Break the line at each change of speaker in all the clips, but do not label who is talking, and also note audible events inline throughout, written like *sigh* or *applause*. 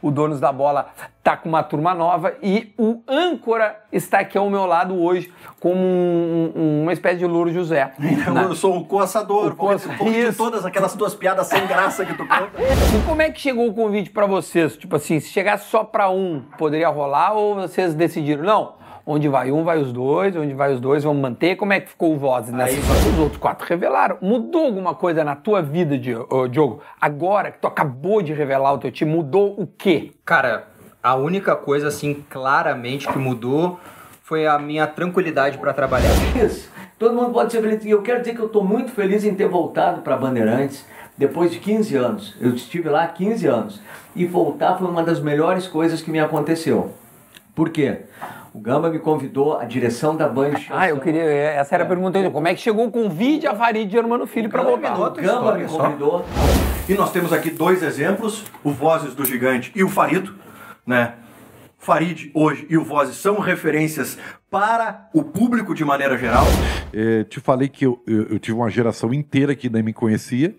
o Donos da Bola tá com uma turma nova e o âncora está aqui ao meu lado hoje como um- um- uma espécie de louro José.
É,
né?
Eu sou um o coçador,
O
o
coça- Isso.
todas aquelas tuas piadas sem graça que tu conta.
E como é que chegou o convite para vocês? Tipo assim, se chegar só para um, poderia rolar ou vocês decidiram? Não, onde vai um, vai os dois, onde vai os dois, vamos manter. Como é que ficou o Vozes nessa história? Os outros quatro revelaram. Mudou alguma coisa na tua vida, Di- ô, Diogo? Agora que tu acabou de revelar o teu time, mudou o quê?
Cara, a única coisa, assim, claramente que mudou foi a minha tranquilidade pra trabalhar.
Isso. Todo mundo pode ser feliz. E eu quero dizer que eu estou muito feliz em ter voltado para Bandeirantes depois de 15 anos. Eu estive lá há 15 anos. E voltar foi uma das melhores coisas que me aconteceu. Por quê? O Gamba me convidou, a direção da Band.
Ah, eu queria. Essa era a pergunta. Como é que chegou o convite a Farid Germano Filho para voltar?
O Gamba me
história só.
convidou.
E nós temos aqui dois exemplos, o Vozes do Gigante e o Farido, né? O Farid hoje e o Vozes são referências para o público de maneira geral.
É, te falei que eu, eu- eu tive uma geração inteira que nem me conhecia.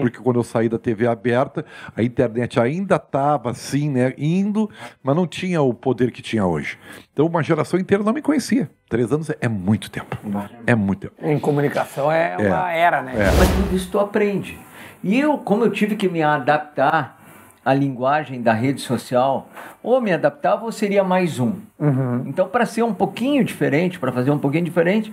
Porque quando eu saí da TV aberta, a internet ainda estava assim, né? Indo, mas não tinha o poder que tinha hoje. Então uma geração inteira não me conhecia. Três anos é- é muito tempo. É muito tempo.
Em comunicação é uma era, né?
mas tudo isso tu aprende. E eu, como eu tive que me adaptar à linguagem da rede social, ou me adaptava ou seria mais um. Então, para ser um pouquinho diferente, para fazer um pouquinho diferente,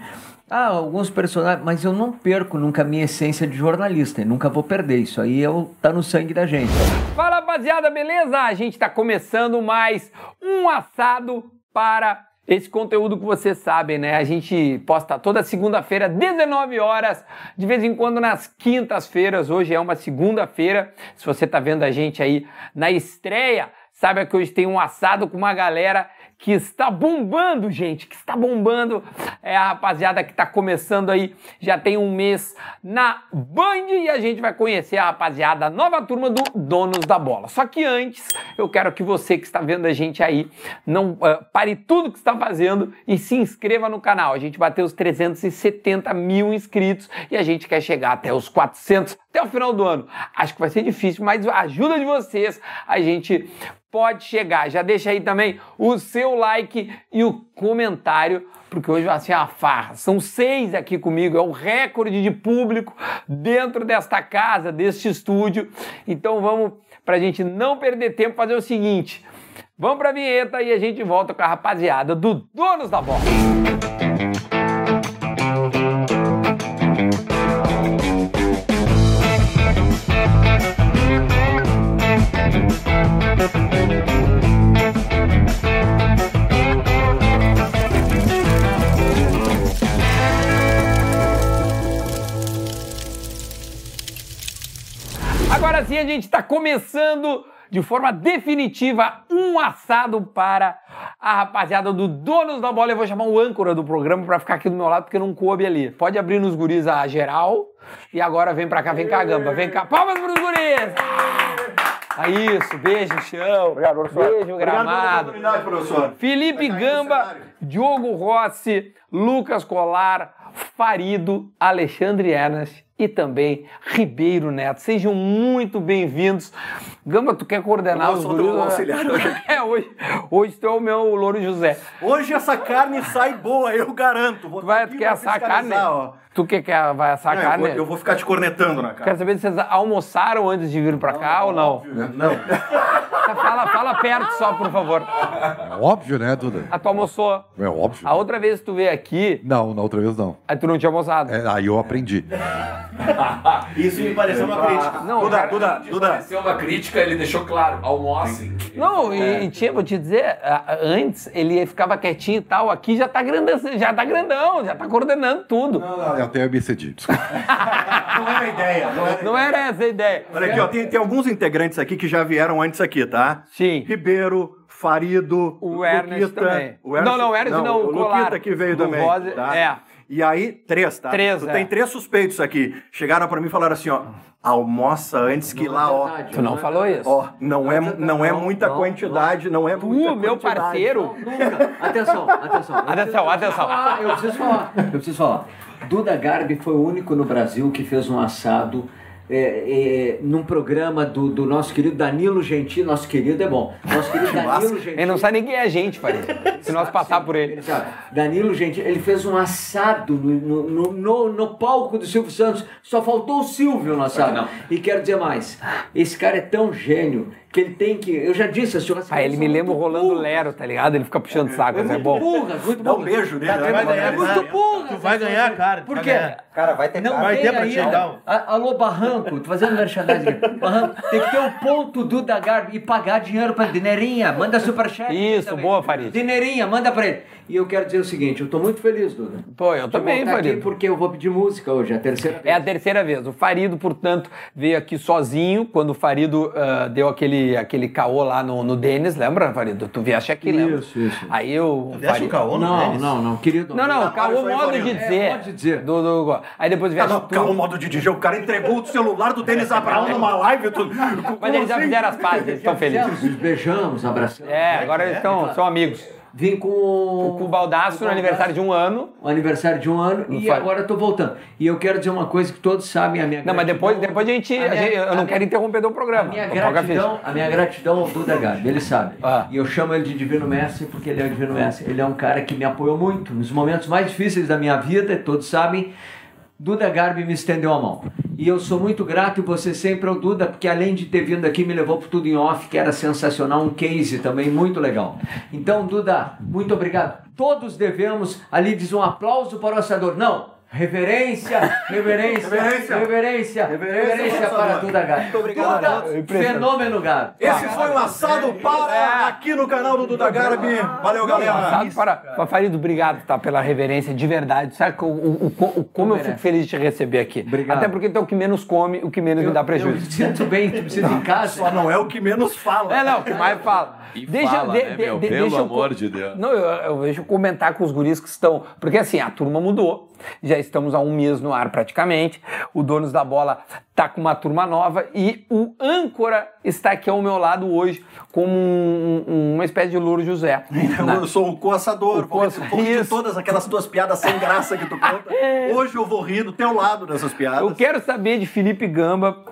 ah, alguns personagens, mas eu não perco nunca a minha essência de jornalista, e nunca vou perder isso. Aí eu, tá no sangue da gente.
Fala rapaziada, beleza? A gente tá começando mais um assado para esse conteúdo que vocês sabem, né? A gente posta toda segunda-feira, 19 horas, de vez em quando nas quintas-feiras. Hoje é uma segunda-feira. Se você tá vendo a gente aí na estreia, sabe que hoje tem um assado com uma galera que está bombando, gente, que está bombando. É a rapaziada que está começando aí, já tem um mês na Band e a gente vai conhecer a rapaziada, a nova turma do Donos da Bola. Só que antes, eu quero que você que está vendo a gente aí, não eh, pare tudo que está fazendo e se inscreva no canal. A gente bateu os 370 mil inscritos e a gente quer chegar até os 400 até o final do ano. Acho que vai ser difícil, mas a ajuda de vocês a gente pode chegar. Já deixa aí também o seu like e o comentário, porque hoje vai ser uma farra. São seis aqui comigo, é um recorde de público dentro desta casa, deste estúdio. Então vamos, para a gente não perder tempo, fazer o seguinte. Vamos para a vinheta e a gente volta com a rapaziada do Donos da Bola. Agora sim a gente está começando de forma definitiva um assado para a rapaziada do Donos da Bola. Eu vou chamar o âncora do programa para ficar aqui do meu lado porque não coube ali. Pode abrir nos guris a geral e agora vem para cá, vem cá, Gamba, vem cá. Palmas para os guris! Ah, isso, beijo, chão. Beijo,
Obrigado pela
gramado.
oportunidade, professor.
Felipe
Vai cair no
Gamba,
cenário.
Diogo Rossi, Lucas Colar, Farido, Alexandre Ernest e também Ribeiro Neto. Sejam muito bem-vindos. Gamba, tu quer coordenar
Eu
os
sou teu
guris? né? *laughs*
auxiliar hoje
É, hoje, hoje tu é o meu Louro José.
Hoje essa carne sai boa, eu garanto. Vou
Tu vai,
aqui
tu quer
pra
assar a carne?
fiscalizar, ó.
Tu que quer, vai assar a
Não, eu,
carne?
vou, eu vou ficar te cornetando na cara.
Quero saber se vocês almoçaram antes de vir pra cá ou não.
né? Não.
Fala, fala perto só, por favor.
É óbvio, né, Duda?
Ah, tu almoçou.
É óbvio.
A outra vez que tu veio aqui,
Não, na outra vez não.
aí tu não tinha almoçado.
É, aí eu aprendi.
Isso me pareceu uma crítica.
Não,
Duda,
cara-
Duda, Duda.
Pareceu uma crítica, ele deixou claro, almocem.
Não, e, e tinha, vou te dizer, a- a- antes ele ficava quietinho e tal, aqui já tá grandão, já tá grandão, já tá coordenando tudo. Não,
Eu até me cedi, desculpa.
Não era ideia, não é era
era essa a ideia.
Olha aqui, ó, tem, tem alguns integrantes aqui que já vieram antes aqui, tá?
Sim.
Ribeiro, Farido,
O Ernest
Luquita,
também.
O Ernest,
Não, não, o Ernest não, o
o
Colar,
Luquita que veio
do
também.
Voz,
tá?
é.
E aí, três, tá?
Três,
tu
é.
tem três suspeitos aqui. Chegaram pra mim e falaram assim, ó, almoça antes que lá, ó.
Tu não falou isso?
Ó, não é, não é
é Não,
muita
não,
quantidade, não, é muita
tu, Uh, meu
quantidade.
parceiro,
Nunca. Atenção, atenção. Eu preciso-
Atenção, atenção.
Eu preciso falar, eu preciso falar. Eu preciso falar. Duda Garbi foi o único no Brasil que fez um assado é, é, num programa do, do nosso querido Danilo Gentili. Nosso querido é bom. Nosso querido Danilo Gentili.
Ele não sabe nem quem é a gente, Farid. Se nós passar por ele.
Ele sabe. Danilo Gentili, ele fez um assado no, no, no, no palco do Silvio Santos. Só faltou o Silvio no assado. E quero dizer mais: esse cara é tão gênio que ele tem que. Eu já disse, a senhora.
Ah, ele me lembra o Rolando Lero, tá ligado? Ele fica puxando saco, é bom.
Burra, muito
Dá um
burra.
beijo nele. né?
É
Vai ganhar.
muito burra.
Tu vai ganhar, cara. tu
Por
vai
quê?
ganhar.
Cara, vai ter
Não
cara.
vai
tem
ter pra
aí,
te
ó.
dar um.
A- Alô, Barranco, tô fazendo merchandising aqui. Barranco, tem que ter o ponto do da Garbi e pagar dinheiro pra ele. Dineirinha, manda superchat.
Isso,
Também.
boa, Farid.
Dineirinha, manda pra ele. E eu quero dizer o seguinte, eu tô muito feliz, Duda.
Pô, eu
de
também,
voltar aqui
Farid.
Porque eu vou pedir música hoje, a terceira
É
vez.
a terceira vez. O Farido, portanto, veio aqui sozinho quando o Farido ah, deu aquele, aquele caô lá no, no Denis, lembra, Farido? Tu vieste aqui, lembra?
Isso, isso.
Aí eu.
Deixa o caô no
Não,
Denis.
não, não, querido.
Não, não,
Não,
caô
olha
o
só aí,
modo
Farido.
de dizer.
É, modo de dizer. Tá
Do, do- aí depois
Ah,
vieste
não,
tu.
calma, o modo de DJ. O cara entregou o celular do Denis Abraão numa live. Tu... assim?
Mas eles já fizeram
assim?
as pazes, eles estão felizes.
Nos beijamos, abraçamos.
É, agora eles estão, são amigos.
Vim com Então tá. o...
Com o Baldaço no aniversário de um ano.
O aniversário de um ano
Não
e
faz.
agora eu tô voltando. E eu quero dizer uma coisa que todos sabem, a minha
Não, mas
gratidão-
depois, depois a gente.
É. a
a gente-
minha-
eu
a
não
minha-
quero interromper o
A
programa.
minha,
Então, toca a ficha.
gratidão, a minha gratidão ao Duda Gabi, ele sabe.
Ah.
E eu chamo ele de Divino Mestre porque ele é o Divino Mestre. Ele é um cara que me apoiou muito nos momentos mais difíceis da minha vida, todos sabem. Duda Garbi me estendeu a mão. E eu sou muito grato e você sempre ao Duda, porque além de ter vindo aqui, me levou para tudo em off, que era sensacional, um case também muito legal. Então, Duda, muito obrigado. Todos devemos, ali diz um aplauso para o assador. Não, reverência, reverência, reverência,
Reverência.
reverência,
Reverência,
para
assador.
Duda Garbi.
Muito obrigado a
Duda,
todos.
Fenômeno, Gabi.
Esse foi o assado para aqui no canal do Duda Garbi. Valeu,
é
galera.
Sabe, para, para Farido, obrigado tá, pela reverência, de verdade. Sabe que o, o- o- o- como eu fico feliz de te receber aqui.
Obrigado.
Até porque tu é o que menos come, o que menos me dá
Eu
prejuízo.
me sinto bem, tu me sinto em casa.
Só não é né? o que menos fala.
É, não, o que mais fala.
E fala, né, meu? Pelo amor de Deus.
Não, eu, eu, deixa eu comentar com os guris que estão. Porque assim, a turma mudou. Já estamos há um mês no ar praticamente. O Donos da Bola tá com uma turma nova e o âncora está aqui ao meu lado hoje, como um- um- uma espécie de Louro José.
Eu sou o coassador.
O coaça-
de
Isso.
todas aquelas tuas piadas sem graça que tu conta. Hoje eu vou rir do teu lado nessas piadas.
Eu quero saber de Felipe Gamba,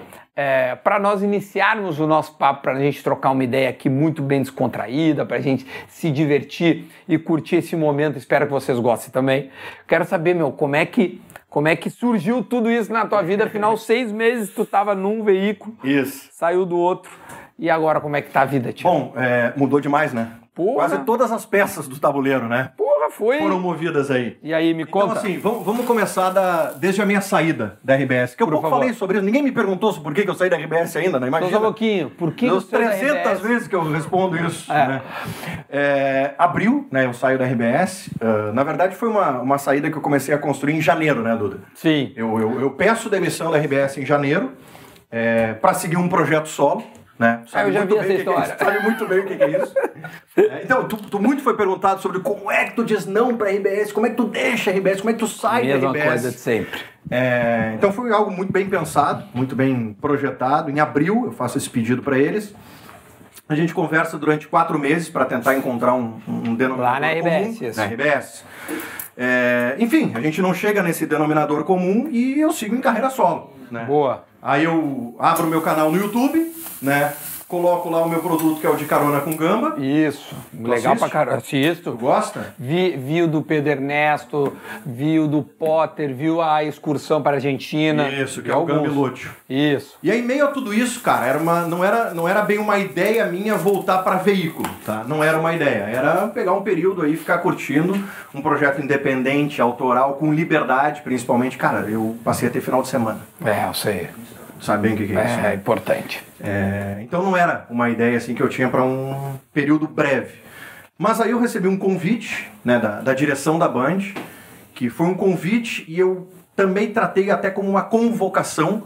para nós iniciarmos o nosso papo, para a gente trocar uma ideia aqui muito bem descontraída, para a gente se divertir e curtir esse momento. Espero que vocês gostem também. Quero saber, meu, como é que como é que surgiu tudo isso na tua vida?
*laughs*
Afinal, seis meses tu estava num veículo,
Isso.
saiu do outro. E agora, como é que tá a vida, tio?
Bom, é, mudou demais, né?
Porra.
Quase todas as peças do tabuleiro, né?
Porra, foi.
Foram movidas aí.
E aí, me conta.
Então, assim, vamos, vamos começar da- desde a minha saída da RBS. Que eu pouco
favor.
falei sobre isso. Ninguém me perguntou por que que eu saí da RBS ainda, né?
Então, só
Imagina.
um pouquinho. Por que
Deus,
você é da
300
RBS?
vezes que eu respondo isso.
É.
Né? É, abril, né? Eu saio da RBS. Ah, na verdade, foi uma, uma saída que eu comecei a construir em janeiro, né, Duda?
Sim.
Eu, eu, eu peço demissão da RBS em janeiro é, para seguir um projeto solo. Né?
Ah, eu já
muito
vi essa
bem o que que é
história.
isso, sabe muito bem o que que é isso. É, então, tu, tu muito foi perguntado sobre como é que tu diz não pra RBS, como é que tu deixa a RBS, como é que tu sai
Mesma
da RBS.
coisa de sempre.
É, então foi algo muito bem pensado, muito bem projetado. Em abril eu faço esse pedido para eles. A gente conversa durante quatro meses para tentar encontrar um, um denominador
Lá na
comum.
RBS, isso.
Na RBS. É, enfim, a gente não chega nesse denominador comum e eu sigo em carreira solo. Né?
Boa.
Aí eu abro meu canal no YouTube, né? Coloco lá o meu produto que é o de carona com gamba.
Isso. Legal
assiste?
pra caramba. Assisto.
Tu gosta?
Vi, vi o do Pedro Ernesto, vi o do Potter, viu a excursão para a Argentina.
Isso, que
Vi
é o
alguns.
Gambilúcio.
Isso.
E aí, em meio a tudo isso, cara, era uma, não, era, não era bem uma ideia minha voltar pra veículo, tá? Não era uma ideia. Era pegar um período aí, ficar curtindo um projeto independente, autoral, com liberdade, principalmente. Cara, eu passei a ter final de semana.
É, eu sei.
Sabe bem o que, que é isso?
É,
né?
importante.
É, então não era uma ideia assim que eu tinha para um período breve. Mas aí eu recebi um convite né, da, da direção da Band, que foi um convite e eu também tratei até como uma convocação,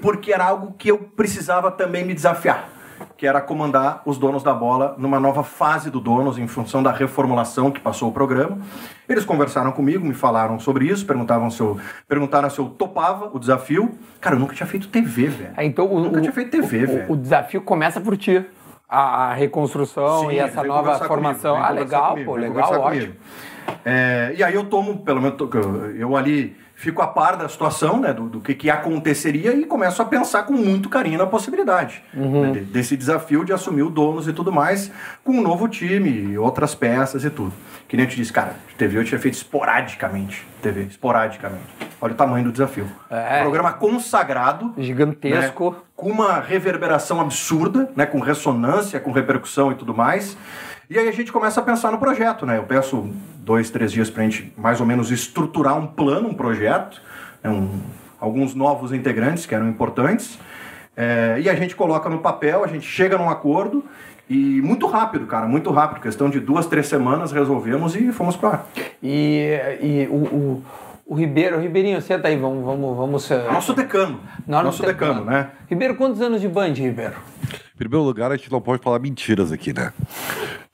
porque era algo que eu precisava também me desafiar, que era comandar os donos da bola numa nova fase do donos em função da reformulação que passou o programa. Eles conversaram comigo, me falaram sobre isso, perguntavam se eu, perguntaram se eu topava o desafio. Cara, eu nunca tinha feito TV, velho.
Ah, então, o,
Nunca
o-
tinha feito TV,
o-
velho.
O, desafio começa por ti. A, a reconstrução
Sim,
e essa
vem
nova
conversar
formação.
comigo, vem
ah,
conversar
legal,
comigo,
pô,
vem
legal,
conversar
ótimo.
comigo. É, e aí eu tomo, pelo menos to- eu, eu ali fico a par da situação, né, do, do que, que aconteceria e começo a pensar com muito carinho na possibilidade né,
Uhum.
de- desse desafio de assumir o donos e tudo mais com um novo time, outras peças e tudo. Que nem eu te disse, cara, TV eu tinha feito esporadicamente, TV, esporadicamente. Olha o tamanho do desafio.
É.
Programa consagrado,
Gigantesco.
né, com uma reverberação absurda, né? Com ressonância, com repercussão e tudo mais. E aí a gente começa a pensar no projeto, né? Eu peço dois, três dias pra gente mais ou menos estruturar um plano, um projeto, né, um- alguns novos integrantes que eram importantes. É, e a gente coloca no papel, a gente chega num acordo e muito rápido, cara, muito rápido. Questão de duas, três semanas resolvemos e fomos pro ar.
E, e o, o, o Ribeiro, o Ribeirinho, senta aí, vamos. vamos, vamos eh,
Nosso decano.
nós não
nosso
temos-
decano, né?
Ribeiro, quantos anos de band, Ribeiro?
Em primeiro lugar, a gente não pode falar mentiras aqui, né?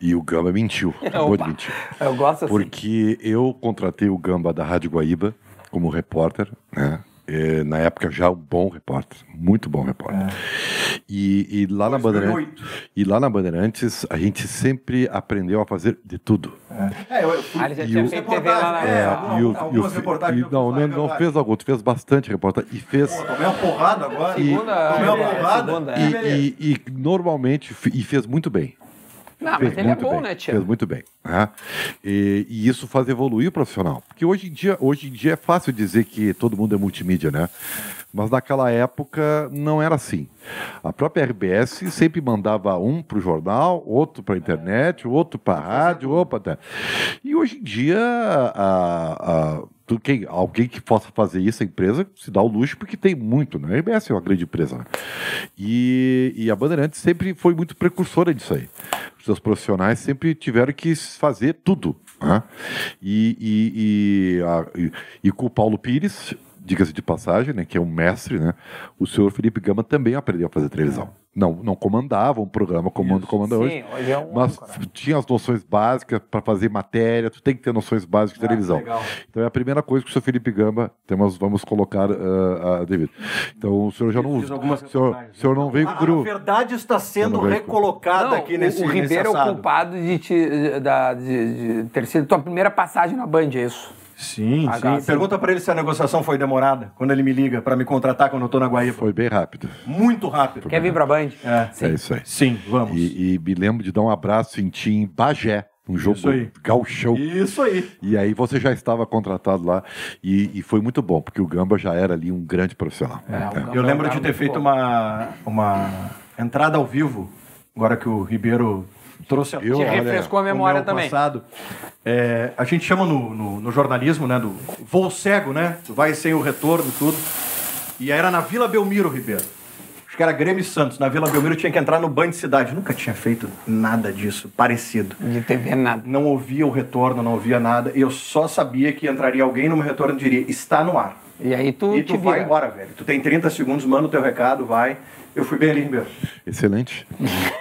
E o Gamba mentiu. Acabou
*laughs*
de
Opa.
mentir.
Eu gosto assim.
Porque eu contratei o Gamba da Rádio Guaíba como repórter, né? É, na época já um bom repórter, muito bom repórter. E, e lá na
2008.
Bandeirantes, e lá na Bandeirantes a gente sempre aprendeu a fazer de tudo.
É, eu, eu fui-
Ah, ele já
E
tinha
o-
feito TV lá na.
É,
É,
alguma-
e o-
algumas
e o-
reportagens
e-
eu
não, né,
fiz lá, é
não, não
verdade.
fez alguns, fez bastante reportagem e fez
Tomei uma porrada agora.
Segunda,
Tomei uma
é,
porrada.
segunda, é.
e, e- e normalmente fe- e fez muito bem.
Não, mas
Fez
ele é
muito
bom,
bem,
né,
Fez
Tia?
muito bem. né? E, e isso faz evoluir o profissional. Porque hoje em, dia, hoje em dia é fácil dizer que todo mundo é multimídia, né? Mas naquela época não era assim. A própria RBS sempre mandava um para o jornal, outro para a internet, outro para a rádio, opa, tá. E hoje em dia, a- a- tu- quem- alguém que possa fazer isso, a empresa, se dá o luxo, porque tem muito, né? A RBS é uma grande empresa. né? E, e a Bandeirantes sempre foi muito precursora disso aí. Os seus profissionais sempre tiveram que fazer tudo. né? E, e- e a- e- e com o Paulo Pires, diga-se de passagem, né, que é um mestre, né, o senhor Felipe Gama também aprendeu a fazer televisão. Não, não comandava um programa comando comanda
Sim,
hoje,
hoje é um
mas
âncora.
tinha as noções básicas para fazer matéria, tu tem que ter noções básicas de televisão. Então é a primeira coisa que o senhor Felipe Gamba, temos, vamos colocar ah, ah, devido. Então o senhor já não usa. O senhor, o senhor não veio com
A
gru.
verdade está sendo
Não vai-
recolocada
Não,
aqui
o-
nesse
o Ribeiro
nesse
é o
assado.
culpado de, te, da, de, de ter sido tua primeira passagem na Band, é isso?
Sim,
Ah,
sim.
sim.
Pergunta pra ele se a negociação foi demorada, quando ele me liga pra me contratar quando eu tô na Guaíba.
Foi bem rápido.
Muito rápido.
Quer vir pra Band?
É.
É isso aí.
Sim, vamos.
E, e me lembro de dar um abraço em ti em Bagé, um jogo
Isso aí.
gauchão.
Isso aí.
E aí você já estava contratado lá e, e foi muito bom, porque o Gamba já era ali um grande profissional. É.
Eu lembro de ter feito uma, uma entrada ao vivo, agora que o Ribeiro trouxe a
Eu,
Te
olha,
refrescou a
o
memória
meu
também.
Passado. É, a gente chama no, no- no jornalismo, né, do voo cego, né? Tu vai sem o retorno, tudo. E aí era na Vila Belmiro, Ribeiro. Acho que era Grêmio e Santos. Na Vila Belmiro tinha que entrar no banho de cidade. Nunca tinha feito nada disso, parecido.
De TV nada.
Não ouvia o retorno, não ouvia nada. E eu só sabia que entraria alguém no meu retorno e diria, está no ar.
E aí tu
E
te
tu
vira.
vai embora, velho. Tu tem 30 segundos, manda o teu recado, vai. Eu fui bem ali, Ribeiro.
Excelente.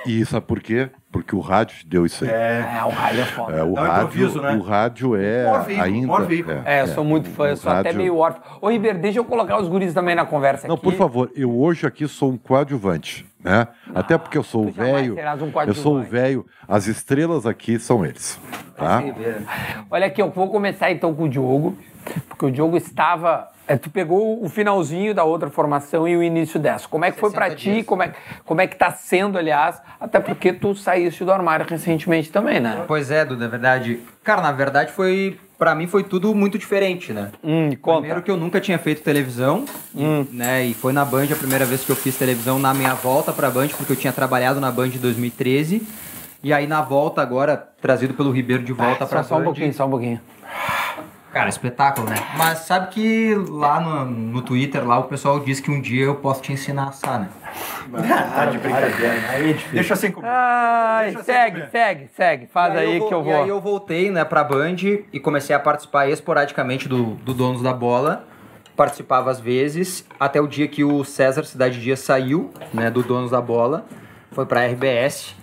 E sabe por quê? Porque o rádio te deu isso aí.
É, o rádio é foda.
É, o,
Dá um improviso,
rádio,
né?
o rádio é
Maior veículo,
ainda.
maior veículo.
É, eu sou muito fã,
o
eu sou até
rádio-
meio órfão. Ô, Ribeiro, deixa eu colocar os guris também na conversa
Não,
tá aqui.
por favor, eu hoje aqui sou um coadjuvante, né? Até porque eu sou o
Ah, tu jamais
velho.
serás um
eu sou o
coadjuvante.
velho. As estrelas aqui são eles. Tá?
Olha aqui, eu vou começar então com o Diogo, porque o Diogo estava. é, tu pegou o finalzinho da outra formação e o início dessa. Como é que foi pra
60
ti?
dias.
Como é, como é que tá sendo, aliás? Até porque tu saíste do armário recentemente também, né?
Pois é, Duda, é verdade. Cara, na verdade foi. Pra mim foi tudo muito diferente, né?
Hum, conta.
Primeiro que eu nunca tinha feito televisão,
Hum.
né? E foi na Band a primeira vez que eu fiz televisão na minha volta pra Band, porque eu tinha trabalhado na Band em 2013. E aí na volta agora, trazido pelo Ribeiro de volta pra
só, só um
Band.
pouquinho, só um pouquinho.
Cara, espetáculo, né? Mas sabe que lá no, no Twitter, lá o pessoal diz que um dia eu posso te ensinar a assar, né?
Tá de brincadeira. Deixa assim comigo.
Ai,
Deixa eu
segue,
comer.
segue, segue. Faz
E
aí
eu
que eu
E
vou.
aí eu voltei, né, pra Band e comecei a participar esporadicamente do, do Donos da Bola. Participava às vezes, até o dia que o César Cidade Dias saiu, né, do Donos da Bola. Foi pra RBS.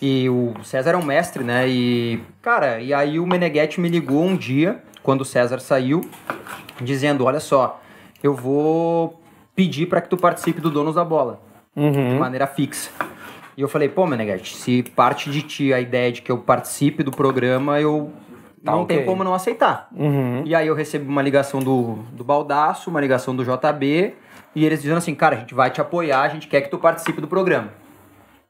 E o César é um mestre, né? E, cara, e aí o Meneghetti me ligou um dia, quando o César saiu, dizendo, olha só, eu vou pedir pra que tu participe do Donos da Bola
Uhum.
de maneira fixa. E eu falei, pô, Meneghete, se parte de ti a ideia de que eu participe do programa, eu
Tá,
não tem
ok. Uhum.
como não aceitar. E aí eu recebo uma ligação do, do Baldaço, uma ligação do JB, e eles dizendo assim, cara, a gente vai te apoiar, a gente quer que tu participe do programa.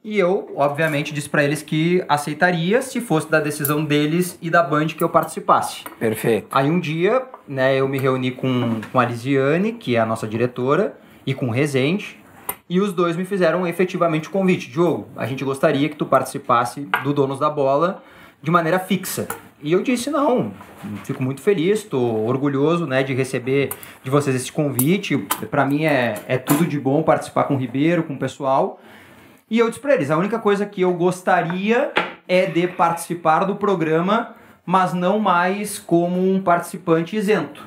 E eu, obviamente, disse pra eles que aceitaria se fosse da decisão deles e da Band que eu participasse.
Perfeito.
Aí um dia, né, eu me reuni com, com a Lisiane, que é a nossa diretora, e com o Rezende, e os dois me fizeram efetivamente o convite. Diogo, a gente gostaria que tu participasse do Donos da Bola de maneira fixa. E eu disse, não, fico muito feliz, tô orgulhoso, né, de receber de vocês esse convite. Pra mim é, é tudo de bom participar com o Ribeiro, com o pessoal. E eu disse pra eles, a única coisa que eu gostaria é de participar do programa, mas não mais como um participante isento.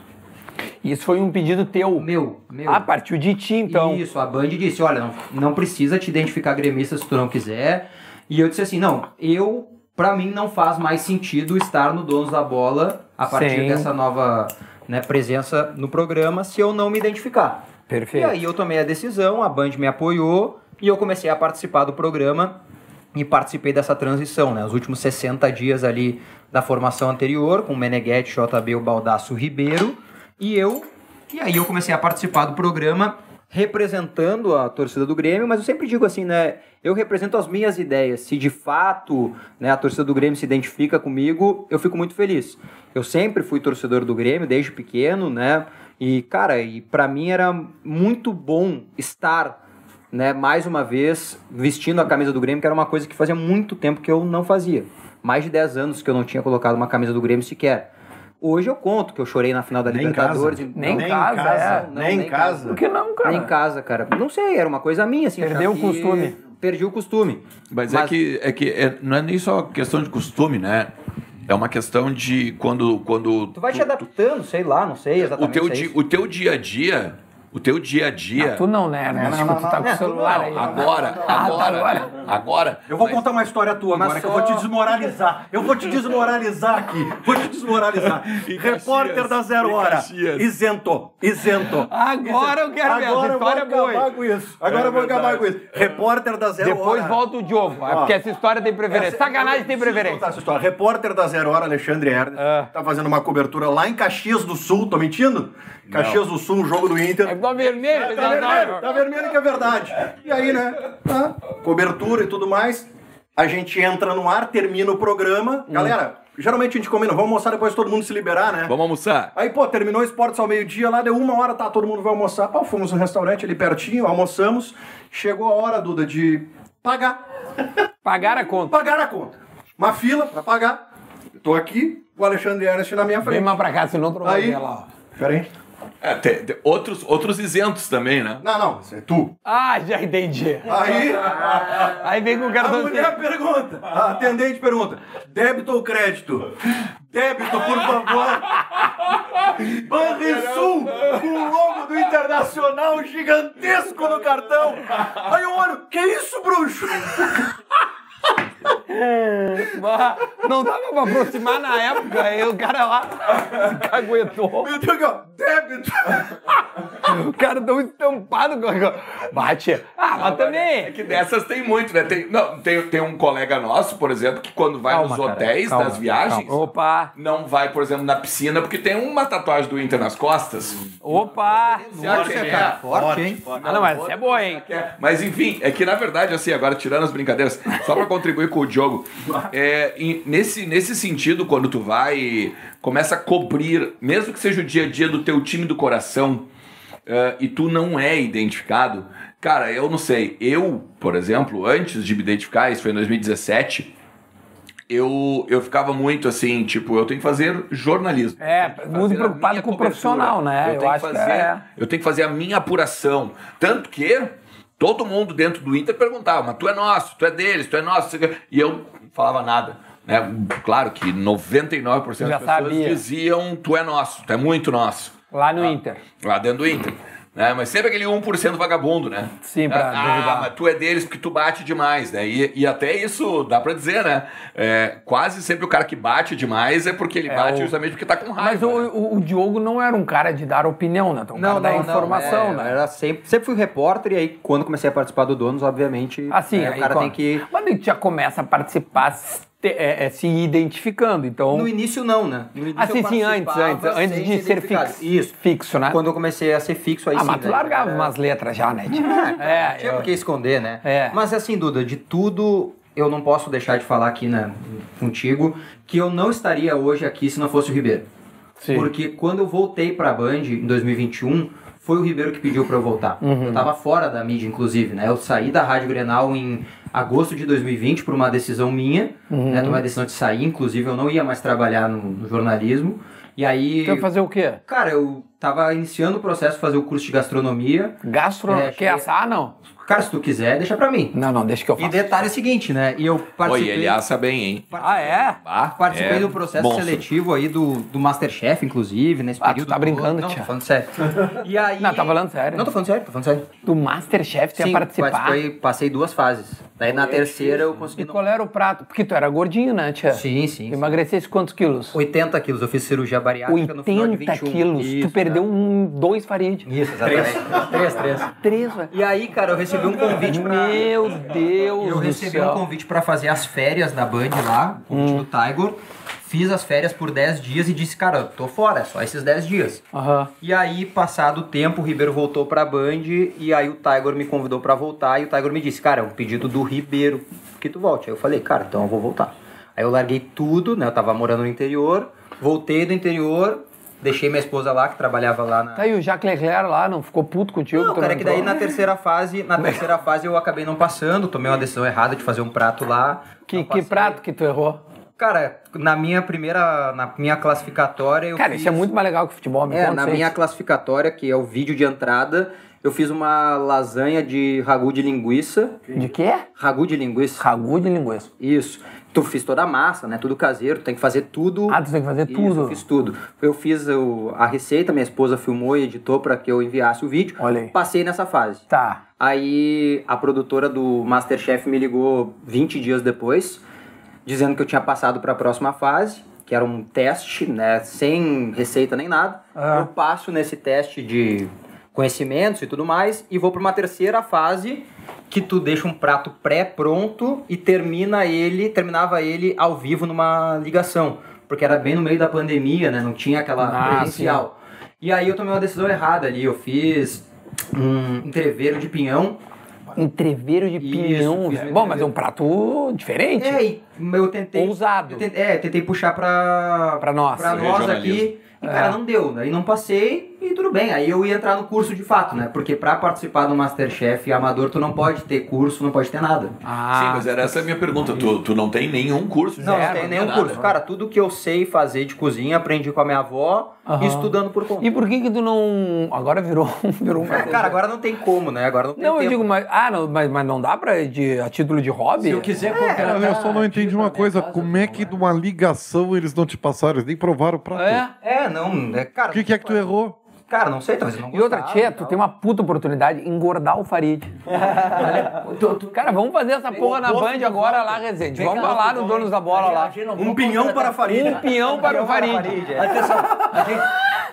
Isso foi um pedido teu.
Meu, meu.
Ah, partiu de ti, então.
Isso, a Band disse, olha, não, não precisa te identificar gremista se tu não quiser. E eu disse assim, não, eu, pra mim, não faz mais sentido estar no Donos da Bola a partir
Sim.
dessa nova né, presença no programa se eu não me identificar. E
Perfeito.
aí eu tomei a decisão, a Band me apoiou e eu comecei a participar do programa e participei dessa transição, né? Os últimos 60 dias ali da formação anterior, com o Meneghetti, JB, o Baldaço o Ribeiro e eu. E aí eu comecei a participar do programa representando a torcida do Grêmio, mas eu sempre digo assim, né? Eu represento as minhas ideias. Se de fato né, a torcida do Grêmio se identifica comigo, eu fico muito feliz. Eu sempre fui torcedor do Grêmio desde pequeno, né? E, cara, e pra mim era muito bom estar, né, mais uma vez, vestindo a camisa do Grêmio, que era uma coisa que fazia muito tempo que eu não fazia. Mais de 10 anos que eu não tinha colocado uma camisa do Grêmio sequer. Hoje eu conto que eu chorei na final da
Nem em
Libertadores.
casa.
e-
Ah, Nem em
Não,
casa, é.
não,
Nem em casa.
Por que não, cara?
nem em casa, cara. Não sei, era uma coisa minha, assim.
Perdeu
já
o costume.
que- Perdi o costume.
Mas, é
Mas-
que, é que é- não é nem só questão de costume, né? É uma questão de quando. quando
Tu vai te adaptando, sei lá, não sei
o,
exatamente.
teu
se é
di-
isso.
o teu dia a dia. O teu dia a dia.
Ah, tu não, né? Mas, tipo, tu tá com o celular aí.
Não, agora, agora, agora,
Eu vou
mas-
contar uma história tua
Mas
agora, que eu
só-
vou te desmoralizar. Eu vou te desmoralizar aqui. Vou te desmoralizar.
*laughs*
E
Repórter
Caxias,
da Zero
e
Hora.
Caxias.
Isento, isento.
Agora eu quero ver, essa
Agora eu vou
história é boa,
acabar
hein?
com isso. Agora
É
eu vou acabar com
verdade.
isso. Repórter da Zero Hora.
Depois volta o Diogo,
Ó.
porque essa história tem preferência.
Essa- é
Sacanagem
eu
tem
preciso contar
preferência.
essa história. Repórter da Zero Hora, Alexandre Ernest,
Ah.
tá fazendo uma cobertura lá em Caxias do Sul, tô mentindo? Caxias do Sul, um jogo do Inter.
É igual vermelho,
Tá
não, não,
vermelho,
não.
tá vermelho que é verdade. E aí, né? tá, cobertura e tudo mais. A gente entra no ar, termina o
Hum.
programa. Galera, geralmente a gente combina, vamos almoçar depois todo mundo se liberar, né?
Vamos almoçar.
Aí, pô, terminou o esportes ao meio-dia, lá deu uma hora, tá, todo mundo vai almoçar. Pô, fomos no restaurante ali pertinho, almoçamos. Chegou a hora, Duda, de pagar.
Pagaram a conta.
Pagar a conta. Uma fila pra pagar. Eu tô aqui, o Alexandre Ernest na minha
Vem
frente.
mais pra cá, senão tu não vai
Aí.
ver lá. ó.
Peraí.
É, tem- tem outros, outros isentos também, né?
Não, não, isso é tu.
Ah, já entendi.
*laughs* Aí.
Aí vem com o
A
cartão.
mulher pergunta, a atendente pergunta: débito ou crédito? Débito, por *laughs* favor. Banrisul, com o logo do Internacional gigantesco no cartão. Aí eu olho, que isso, bruxo?
Não dava pra aproximar na época, aí o cara lá se caguetou.
Eu tenho aqui, ó, débito.
O cartão estampado. Bate. Ah, mas
É
também.
que dessas tem muito, né? Tem, não, tem, tem um colega nosso, por exemplo, que quando vai
Calma,
nos
cara,
hotéis,
calma,
nas viagens,
Opa,
não vai, por exemplo, na piscina, porque tem uma tatuagem do Inter nas costas.
opa.
Será que ele é?
Forte, hein?
Ah, não, mas essa é boa, hein?
É, Mas enfim, é que na verdade, assim, agora tirando as brincadeiras, só pra contribuir com o Diogo, é, em- nesse, nesse sentido, quando tu vai e começa a cobrir, mesmo que seja o dia a dia do teu time do coração, é, e tu não é identificado, cara, eu não sei, eu, por exemplo, antes de me identificar, isso foi em 2017, eu, eu ficava muito assim, tipo, eu tenho que fazer jornalismo.
É,
Eu tenho que
muito
fazer a
preocupado
minha
com o
cobertura.
profissional, né? Eu
Eu, tenho
acho que
que fazer,
é.
eu tenho que fazer a minha apuração. Tanto que todo mundo dentro do Inter perguntava, mas tu é nosso, tu é deles, tu é nosso. E eu não falava nada. Né? Claro que 99% das
Já
pessoas
sabia.
diziam, tu é nosso, tu é muito nosso
Lá no Inter.
lá dentro do Inter. Né? Mas sempre aquele 1% vagabundo, né?
Sim, pra
Ah,
derrubar.
mas tu é deles porque tu bate demais, né? E, e até isso dá pra dizer, né? É, quase sempre o cara que bate demais é porque ele
É,
bate
o-
justamente porque tá com raiva.
Mas o,
né?
o- o Diogo não era um cara de dar opinião, né? Então, um cara da informação,
é,
né?
Era sempre, sempre fui repórter e aí quando comecei a participar do Donos, obviamente,
Assim,
né,
aí
o cara
quando-
tem que...
Quando a gente já começa a participar s- te- é, é, se identificando. Então,
No início não, né? No início
Ah, sim,
eu
sim, antes, antes,
participava
antes de
sem
ser
identificado.
fixo,
Isso.
fixo, né?
Quando é, eu comecei a ser fixo,
ah,
aí sim. né?
mas tu
daí-
largava umas letras já,
*laughs*
né? Tipo, é,
Tinha
eu-
por que esconder, né?
É.
Mas assim, Duda, de tudo eu não posso deixar de falar aqui né, contigo que eu não estaria hoje aqui se não fosse o Ribeiro.
Sim.
Porque quando eu voltei pra Band em 2021, foi o Ribeiro que pediu pra eu voltar.
Uhum.
Eu tava fora da mídia, inclusive, né? Eu saí da Rádio Grenal em agosto de 2020 por uma decisão minha,
Uhum.
né? Tomei a decisão de sair, inclusive eu não ia mais trabalhar no, no jornalismo. E aí,
Então fazer o quê?
cara, eu tava iniciando o processo de fazer o curso de gastronomia.
Gastro...
É,
quer
cheguei-
assar? Ah, não.
Cara, se tu quiser, deixa pra mim.
Não, não, deixa que eu
E
faço.
detalhe é o seguinte, né? E eu
Oi,
participei,
ele assa bem, hein?
Ah, é?
Ah,
participei
é
do processo
monstro.
seletivo aí do, do Masterchef, inclusive, nesse
Ah, tu
período.
tá
todo.
brincando,
Não,
tia.
tô falando
*laughs*
sério. E aí...
Não, tá falando sério.
Não, tô falando sério, tô falando sério.
Do Masterchef, tu ia participar.
participei, passei duas fases. Daí na terceira eu consegui...
E qual era o prato? Porque tu era gordinho, né, tia?
Sim, sim. sim.
Emagrecesse quantos quilos?
80 quilos, eu fiz cirurgia bariátrica no final de
80
21.
quilos.
Isso,
tu perdeu
né?
um, dois farinha de...
Isso, exatamente. Três, três.
Três, velho.
E aí, cara, eu recebi um convite pra...
Meu Deus
Eu
do
recebi um Hum.
céu.
convite pra fazer as férias da Band lá, o convite do Tiger. Fiz as férias por 10 dias e disse, cara, eu tô fora, é só esses 10 dias.
Aham.
E aí, passado o tempo, o Ribeiro voltou pra Band e aí o Tiger me convidou pra voltar e o Tiger me disse, cara, é um pedido do Ribeiro que tu volte. Aí eu falei, cara, então eu vou voltar. Aí eu larguei tudo, né? Eu tava morando no interior, voltei do interior, deixei minha esposa lá, que trabalhava lá na.
Tá aí o Jacques Leclerc lá, não ficou puto contigo?
Não,
tu
cara, é que daí
entrou?
na terceira fase, na terceira fase eu acabei não passando, tomei uma decisão errada de fazer um prato lá.
Que,
não
que
passei.
prato que tu errou?
Cara, na minha primeira, na minha classificatória eu
Cara,
fiz...
isso é muito mais legal que futebol, me
É,
conta
na
isso aí.
minha classificatória, que é o vídeo de entrada, eu fiz uma lasanha de ragu de linguiça.
De quê?
Ragu de linguiça.
Ragu de linguiça.
Isso. Tu fiz toda a massa, né? Tudo caseiro, tu tem que fazer tudo.
Ah, tu tem que fazer
Isso,
tudo.
eu fiz tudo. Eu fiz o- a receita, minha esposa filmou e editou pra que eu enviasse o vídeo.
Olha aí.
Passei nessa fase.
Tá.
Aí a produtora do Masterchef me ligou 20 dias depois, dizendo que eu tinha passado para a próxima fase, que era um teste, né, sem receita nem nada.
Ah.
Eu passo nesse teste de conhecimentos e tudo mais e vou para uma terceira fase que tu deixa um prato pré-pronto e termina ele, terminava ele ao vivo numa ligação, porque era bem no meio da pandemia, né, não tinha aquela
Ah,
presencial. E aí eu tomei uma decisão errada ali. Eu fiz um entreveiro de pinhão.
Entreveiro de
Isso,
pinhão,
fiz
velho.
um
Bom, mas é um
entreveiro.
pratent diferente.
É, e eu tentei.
Ousado.
eu tentei- é, tentei puxar pra.
Pra nós. É.
Pra nós
Regionalismo.
aqui. E, cara, não deu, né? E não passei, e tudo bem. Aí eu ia entrar no curso de fato, né? Porque pra participar do Masterchef amador, tu não pode ter curso, não pode ter nada.
Ah,
é
Sim, mas era essa a minha pergunta. Tu, tu não tem nenhum curso?
Não,
Zero,
não tem
não
nenhum
nada.
curso. Cara, tudo que eu sei fazer de cozinha, aprendi com a minha avó,
Aham.
e estudando por conta.
E por que que tu não... Agora virou, virou um... *laughs*
Cara, agora não tem como, né? Agora não tem
Não, eu
tempo.
digo, mas... Ah, não, mas, mas não dá pra... De, a título de hobby?
Se eu quiser
Cara,
contratar...
É, eu só não entendi
um
uma coisa. Como é que de uma ligação eles não te passaram? Eles nem provaram pra tu.
É?
É, não, é, cara.
O que, que é que tu errou?
Cara, não sei, talvez eu não
E outra,
gostava
Tchê,
tal.
tu tem uma puta oportunidade de engordar o Farid.
*laughs*
Tu- tu-
Cara, vamos fazer essa
um
porra na
Posto
Band
de
agora
volta.
lá, Rezende.
Vem
Vamos
cá,
lá
tu
no
vai.
Donos da Bola
A
lá.
gente não
Um
vai
pinhão
contratar-
para a farinha.
Um peão para o Farid.
Parede, é.
Atenção, a gente...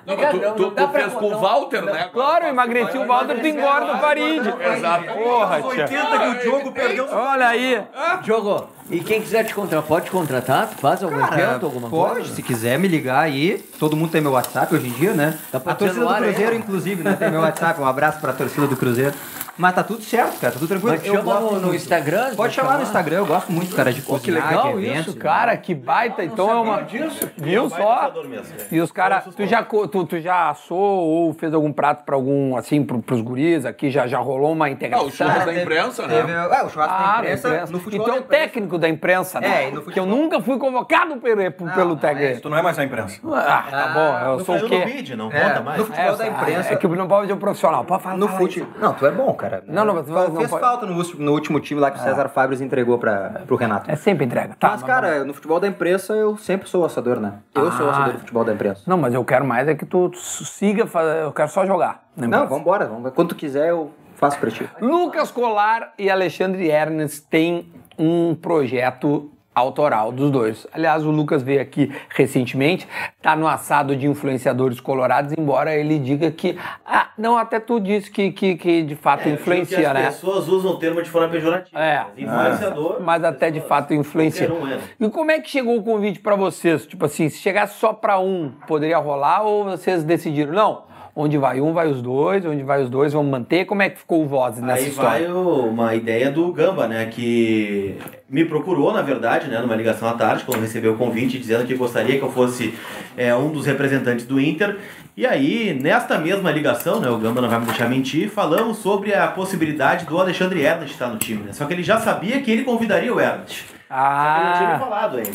Não, mas tu,
Não,
tu-
não dá
tu
pra
fez com
contar.
o Walter, né?
Claro, emagreci o Walter, tu engorda o Farid.
Exato.
Porra,
Os
tia.
80 que o Diogo perdeu.
Olha aí.
Diogo, e quem quiser te contratar, pode te contratar? Tu faz algum evento, alguma
pode,
coisa?
se quiser me ligar aí. Todo mundo tem meu WhatsApp hoje em dia, né?
Dá pra
a torcida
celular,
do Cruzeiro,
é?
inclusive, né? Tem meu WhatsApp. Um abraço pra torcida do Cruzeiro. Mas tá tudo certo, cara. Tá tudo tranquilo.
Mas te
Eu
chama
gosto
no, no
muito.
Instagram?
Pode chamar no Instagram. Eu gosto muito, cara, de cozinhar,
Que legal
de né? eventos.
isso, cara. Que baita. Então é uma... Viu só? E os caras... Tu já, co- tu, tu já assou ou fez algum prato pra algum, assim, pro, pros guris aqui? Já, já rolou uma
Ah, o
integração?
churras da imprensa,
Teve,
né?
é, o churrasco da
Ah,
imprensa,
da imprensa.
No futebol
Então,
da
o
imprensa.
técnico da imprensa, né?
É, e no
Que eu
futebol-
nunca fui convocado pelo, pelo
não
técnico.
Tu não é mais a imprensa.
Ah, tá bom, eu
Não
sou
caiu
o
no
quê?
bid, não
É,
conta mais.
No futebol da
É,
imprensa.
É que o não pode ser um profissional. Pode falar.
No
fala
fute... Não, tu é bom, cara.
Não, não, mas tu vai- não
Fez
pode-
falta no, último- no último time lá que o César Fabres entregou pra, pro Renato.
É sempre entrega. Tá,
mas, cara, no futebol da imprensa eu sempre sou o assador, né? Eu sou o
Ah.
assador do futebol da imprensa.
Não, mas eu quero mais é que tu siga, fa- eu quero só jogar. na
Não,
imprensa.
vambora, vambora. Quando tu quiser eu faço pra ti.
Lucas Colar e Alexandre Ernest têm um projeto autoral dos dois. Aliás, o Lucas veio aqui recentemente, tá no assado de influenciadores colorados, embora ele diga que. Ah, não, até tu disse que, que, que de fato
É,
que
influencia,
as
né?
pessoas usam o termo de forma pejorativa.
É.
Influenciador.
Mas até de
pessoas-
fato influencia.
Qualquer um é.
E como é que chegou o convite pra vocês? Tipo assim, se chegasse só pra um, poderia rolar ou vocês decidiram? Não, onde vai um, vai os dois, onde vai os dois, vamos manter. Como é que ficou o Vozes nessa
Aí
história?
vai o- uma ideia do Gamba, né? Que me procurou, na verdade, né? Numa ligação à tarde, quando recebeu o convite, dizendo que gostaria que eu fosse é, um dos representantes do Inter. E aí, nesta mesma ligação, né? O Gamba não vai me deixar mentir, falamos sobre a possibilidade do Alexandre Ernest estar no time, né? Só que ele já sabia que ele convidaria o Ernest. Ele não tinha me
Ah,
falado ainda.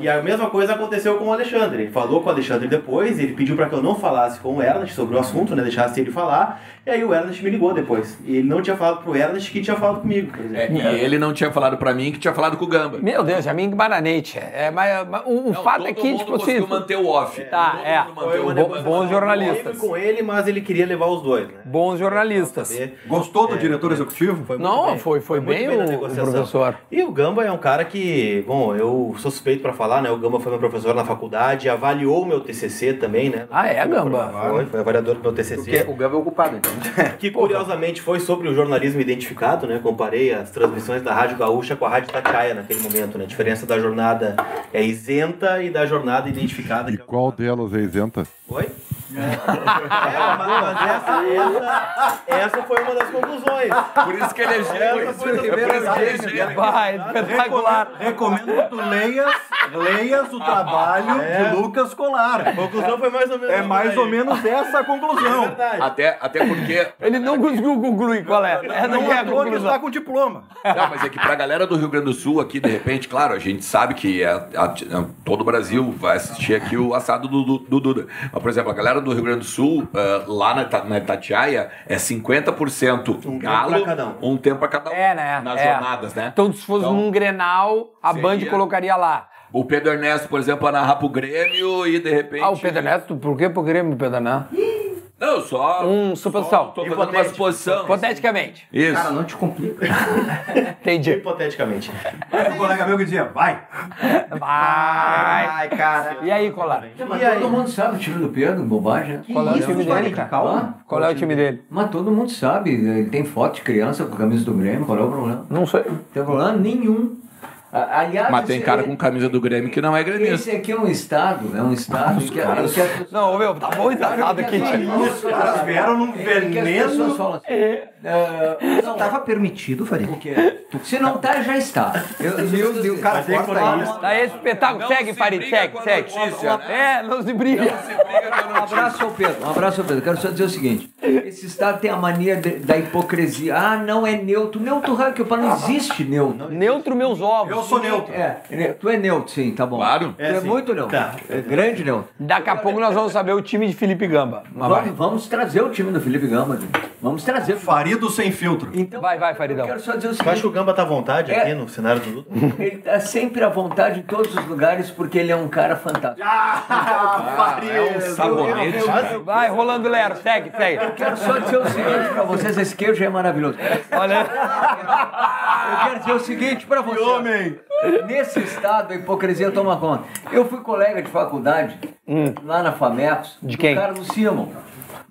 E a mesma coisa aconteceu com o Alexandre. Ele falou com o Alexandre depois, ele pediu pra que eu não falasse com o Ernest sobre o assunto, né? Deixasse ele falar. E aí o Ernest me ligou depois. E ele não tinha falado pro Ernest que tinha falado comigo, por
É,
exemplo.
e ele não tinha falado pra mim que tinha falado com o Gamba.
meu Deus, já me embaranei, tia. é, mas, mas o, o
Não,
fato
todo
é que,
mundo
tipo
conseguiu
assim.
manter o off.
Tá,
Todo
é.
mundo manter o
Bo-
off.
bons jornalistas.
Eu um com ele, mas ele queria levar os dois, né?
Bons jornalistas.
Saber.
Gostou do diretor executivo?
Foi muito
Não,
bem.
foi, foi,
muito
bem,
na
o, o
negociação.
professor.
E o Gamba é um cara que, bom, eu sou suspeito pra falar, né? O Gamba foi meu professor na faculdade, avaliou o meu TCC também, né?
Ah, é, Gamba?
Foi, foi avaliador do meu TCC.
Porque o Gamba é o culpado, então.
Que curiosamente foi sobre o jornalismo identificado, né? Comparei as transmissões da Rádio Gaúcha com a Rádio Tatiaia naquele momento, né? A diferença da jornada é isenta e da jornada identificada.
E
que é-
qual delas é isenta?
*laughs* Oi? É, mas mas essa, essa, essa foi uma das conclusões.
Por isso que ele é gênio. É por
Essa foi a
isso que ele é
primeira
gênio.
Vai, espetacular.
Recomendo que tu leias, leias o trabalho de Lucas
É. A
Colar.
conclusão foi mais ou menos. É
É mais ou menos essa a conclusão.
Verdade.
Até, até porque.
Ele não conseguiu concluir qual é. Essa
Não
aqui é a
à toa um que
conclusão.
está com diploma.
Não, mas é que pra galera do Rio Grande do Sul aqui, de repente, claro, a gente sabe que é, a- todo o Brasil vai assistir aqui o assado do, do- do Duda. Mas, por exemplo, a galera do Rio Grande do Sul, ah, lá na, Ita- na Itatiaia, é 50%
Um tempo
galo,
pra cada um.
um tempo pra cada um.
É, né?
Nas
É.
jornadas, né?
Então, se fosse
Então,
num Grenal, a
seria-
Band colocaria lá.
O Pedro Ernesto, por exemplo, vai narrar pro Grêmio e, de repente...
Ah, o Pedro Neto, por que pro Grêmio, Pedro Neto?
Não, só...
Um
só
suposição.
tô fazendo uma suposição.
Hipoteticamente.
Isso.
Cara, não te complica.
Entendi.
Hipoteticamente.
Um colega meu que dizia, vai.
Vai.
Ai, cara.
E aí, Colar?
É, Mas todo mundo sabe o time do Pedro, bobagem.
Qual é o time dele, cara?
Calma.
Qual é o time dele?
Mas todo mundo sabe, né? ele tem foto de criança com camisa do Grêmio, qual é o problema?
Não sei.
Não tem problema nenhum. A- Aliás,
Mas tem
esse- é-
cara com camisa do Grêmio que não é gremista.
Esse aqui é um estado, é um estado em que, em que as pessoas-
Não, meu, tá bom
é
engraçado aqui,
assim.
tia.
Os caras vieram num
em que as pessoas
veneno.
falam assim, "Ah, não,
Tava permitido, Faria.
o que é? Se não tá, já está. Eu, meu Deus, cara, um
Tá esse espetáculo.
Não
Segue,
se
Farid,
briga
segue,
com a
segue.
notícia, né?
É, não se briga.
Um abraço ao Pedro, um abraço ao Pedro. Quero só dizer o seguinte: esse Estado tem a mania de- da hipocrisia. Ah, não é neutro. Neutro Raquel, não existe neutro.
Neutro meus ovos.
Eu sou neutro.
É, ne- tu é neutro, sim, tá bom.
Claro.
Tu é,
sim.
muito neutro.
Tá.
É grande neutro.
Daqui
é.
a pouco nós vamos saber o time de Felipe Gamba. Mas
Vamos,
vai.
vamos trazer o time do Felipe Gama, gente. Vamos trazer.
Farido sem filtro.
Então,
Vai, vai, Faridão.
eu quero só dizer o
Tu acha que
seguinte:
o Gamba tá à vontade
É.
aqui no cenário do Duda?
ele tá sempre à vontade em todos os lugares porque ele é um cara fantástico.
É um sabonete.
Vai, Rolando Lero, segue, segue.
Quero só dizer o seguinte pra vocês: esse queijo é maravilhoso.
*laughs*
Olha.
Eu quero dizer o seguinte pra vocês. Nesse estado, a hipocrisia toma conta. Eu fui colega de faculdade, lá na FAMEPS,
Hum. De
do
quem?
Carlos Simon.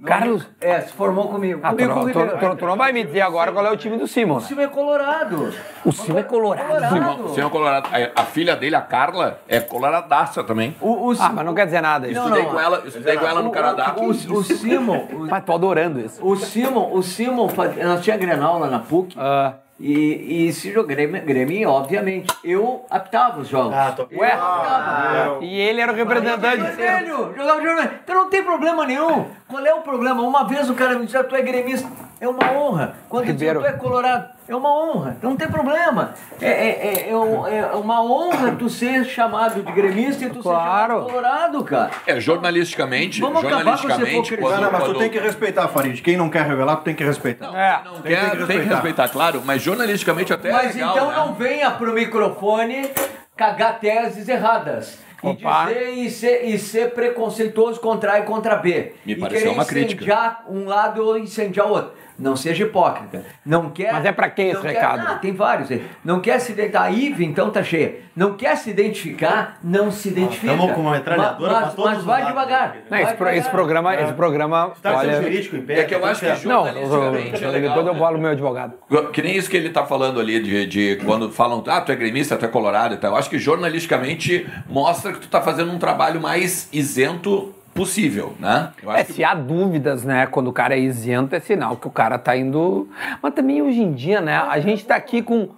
Carlos?
É, se formou comigo.
Ah, tu,
Comigo,
não- tu-
comigo.
tu- tu não vai me dizer agora qual é o time do Simon,
O
né?
Simon é colorado.
O Simon é colorado.
Simão, Simão Colorado. A, a filha dele, a Carla, é coloradaça também.
O, o,
Ah, mas não quer dizer nada isso.
Não,
estudei
não,
com ela, estudei com ela no
o-
Canadá.
O, o Simon... o-
Mas tô adorando isso.
O Simon, o Simon, faz- nós tinha Grenal lá na PUC.
Ah.
E, e se jogou Grêmio, Grêmio, obviamente. Eu aptava os jogos.
Ah, tô- Ah,
Eu aptava.
E ele era o representante.
Vermelho, jogava de vermelho. Então não tem problema nenhum. Qual é o problema? Uma vez o cara me disse, ah, tu é gremista. É uma honra. Quando eu disse,
Ribeiro.
tu é colorado, é uma honra. Então não tem problema. É, é- é- é um- é uma honra tu ser chamado de gremista e
Claro.
tu ser chamado de colorado, cara.
É, jornalisticamente,
Vamos acabar com essa
jornalisticamente,
hipocrisia.
Não,
quando,
não, mas tu
quando-
tem que respeitar, Farid. Quem não quer revelar, tu tem que respeitar.
É.
não quer, tem, que respeitar, claro, mas jornalisticamente até é
Mas
legal,
então
né?
não venha pro microfone cagar teses erradas. E,
Opa.
dizer, e, ser, e ser preconceituoso contra A e contra B.
Me
e
pareceu
querer
uma crítica.
incendiar um lado ou incendiar o outro. Não seja hipócrita. Não quer.
Mas é pra quem esse
não quer-
recado?
Ah, tem vários aí. Não quer se identificar. A IVE, então, tá cheia. Não quer se identificar, não se identifica.
tamo com uma metralhadora
Mas,
pra
mas,
todos
mas
os
vai
lados.
devagar.
Não,
vai
esse, pro- esse
devagar.
programa, esse programa,
Tá sendo
olha...
jurídico em pé.
É que eu
tá
acho que
certo.
Não, eu, eu,
Jornalisticamente é legal,
depois eu
né?
falo o meu advogado.
Que nem isso que ele tá falando ali, de, de quando falam, ah, tu é gremista, tu é colorado e tal. Eu acho que jornalisticamente mostra que tu tá fazendo um trabalho mais isento possível, né? Eu acho
É,
que-
se há dúvidas, né? Quando o cara é isento, é sinal que o cara tá indo. Mas também hoje em dia, né? A gente tá aqui com. uh,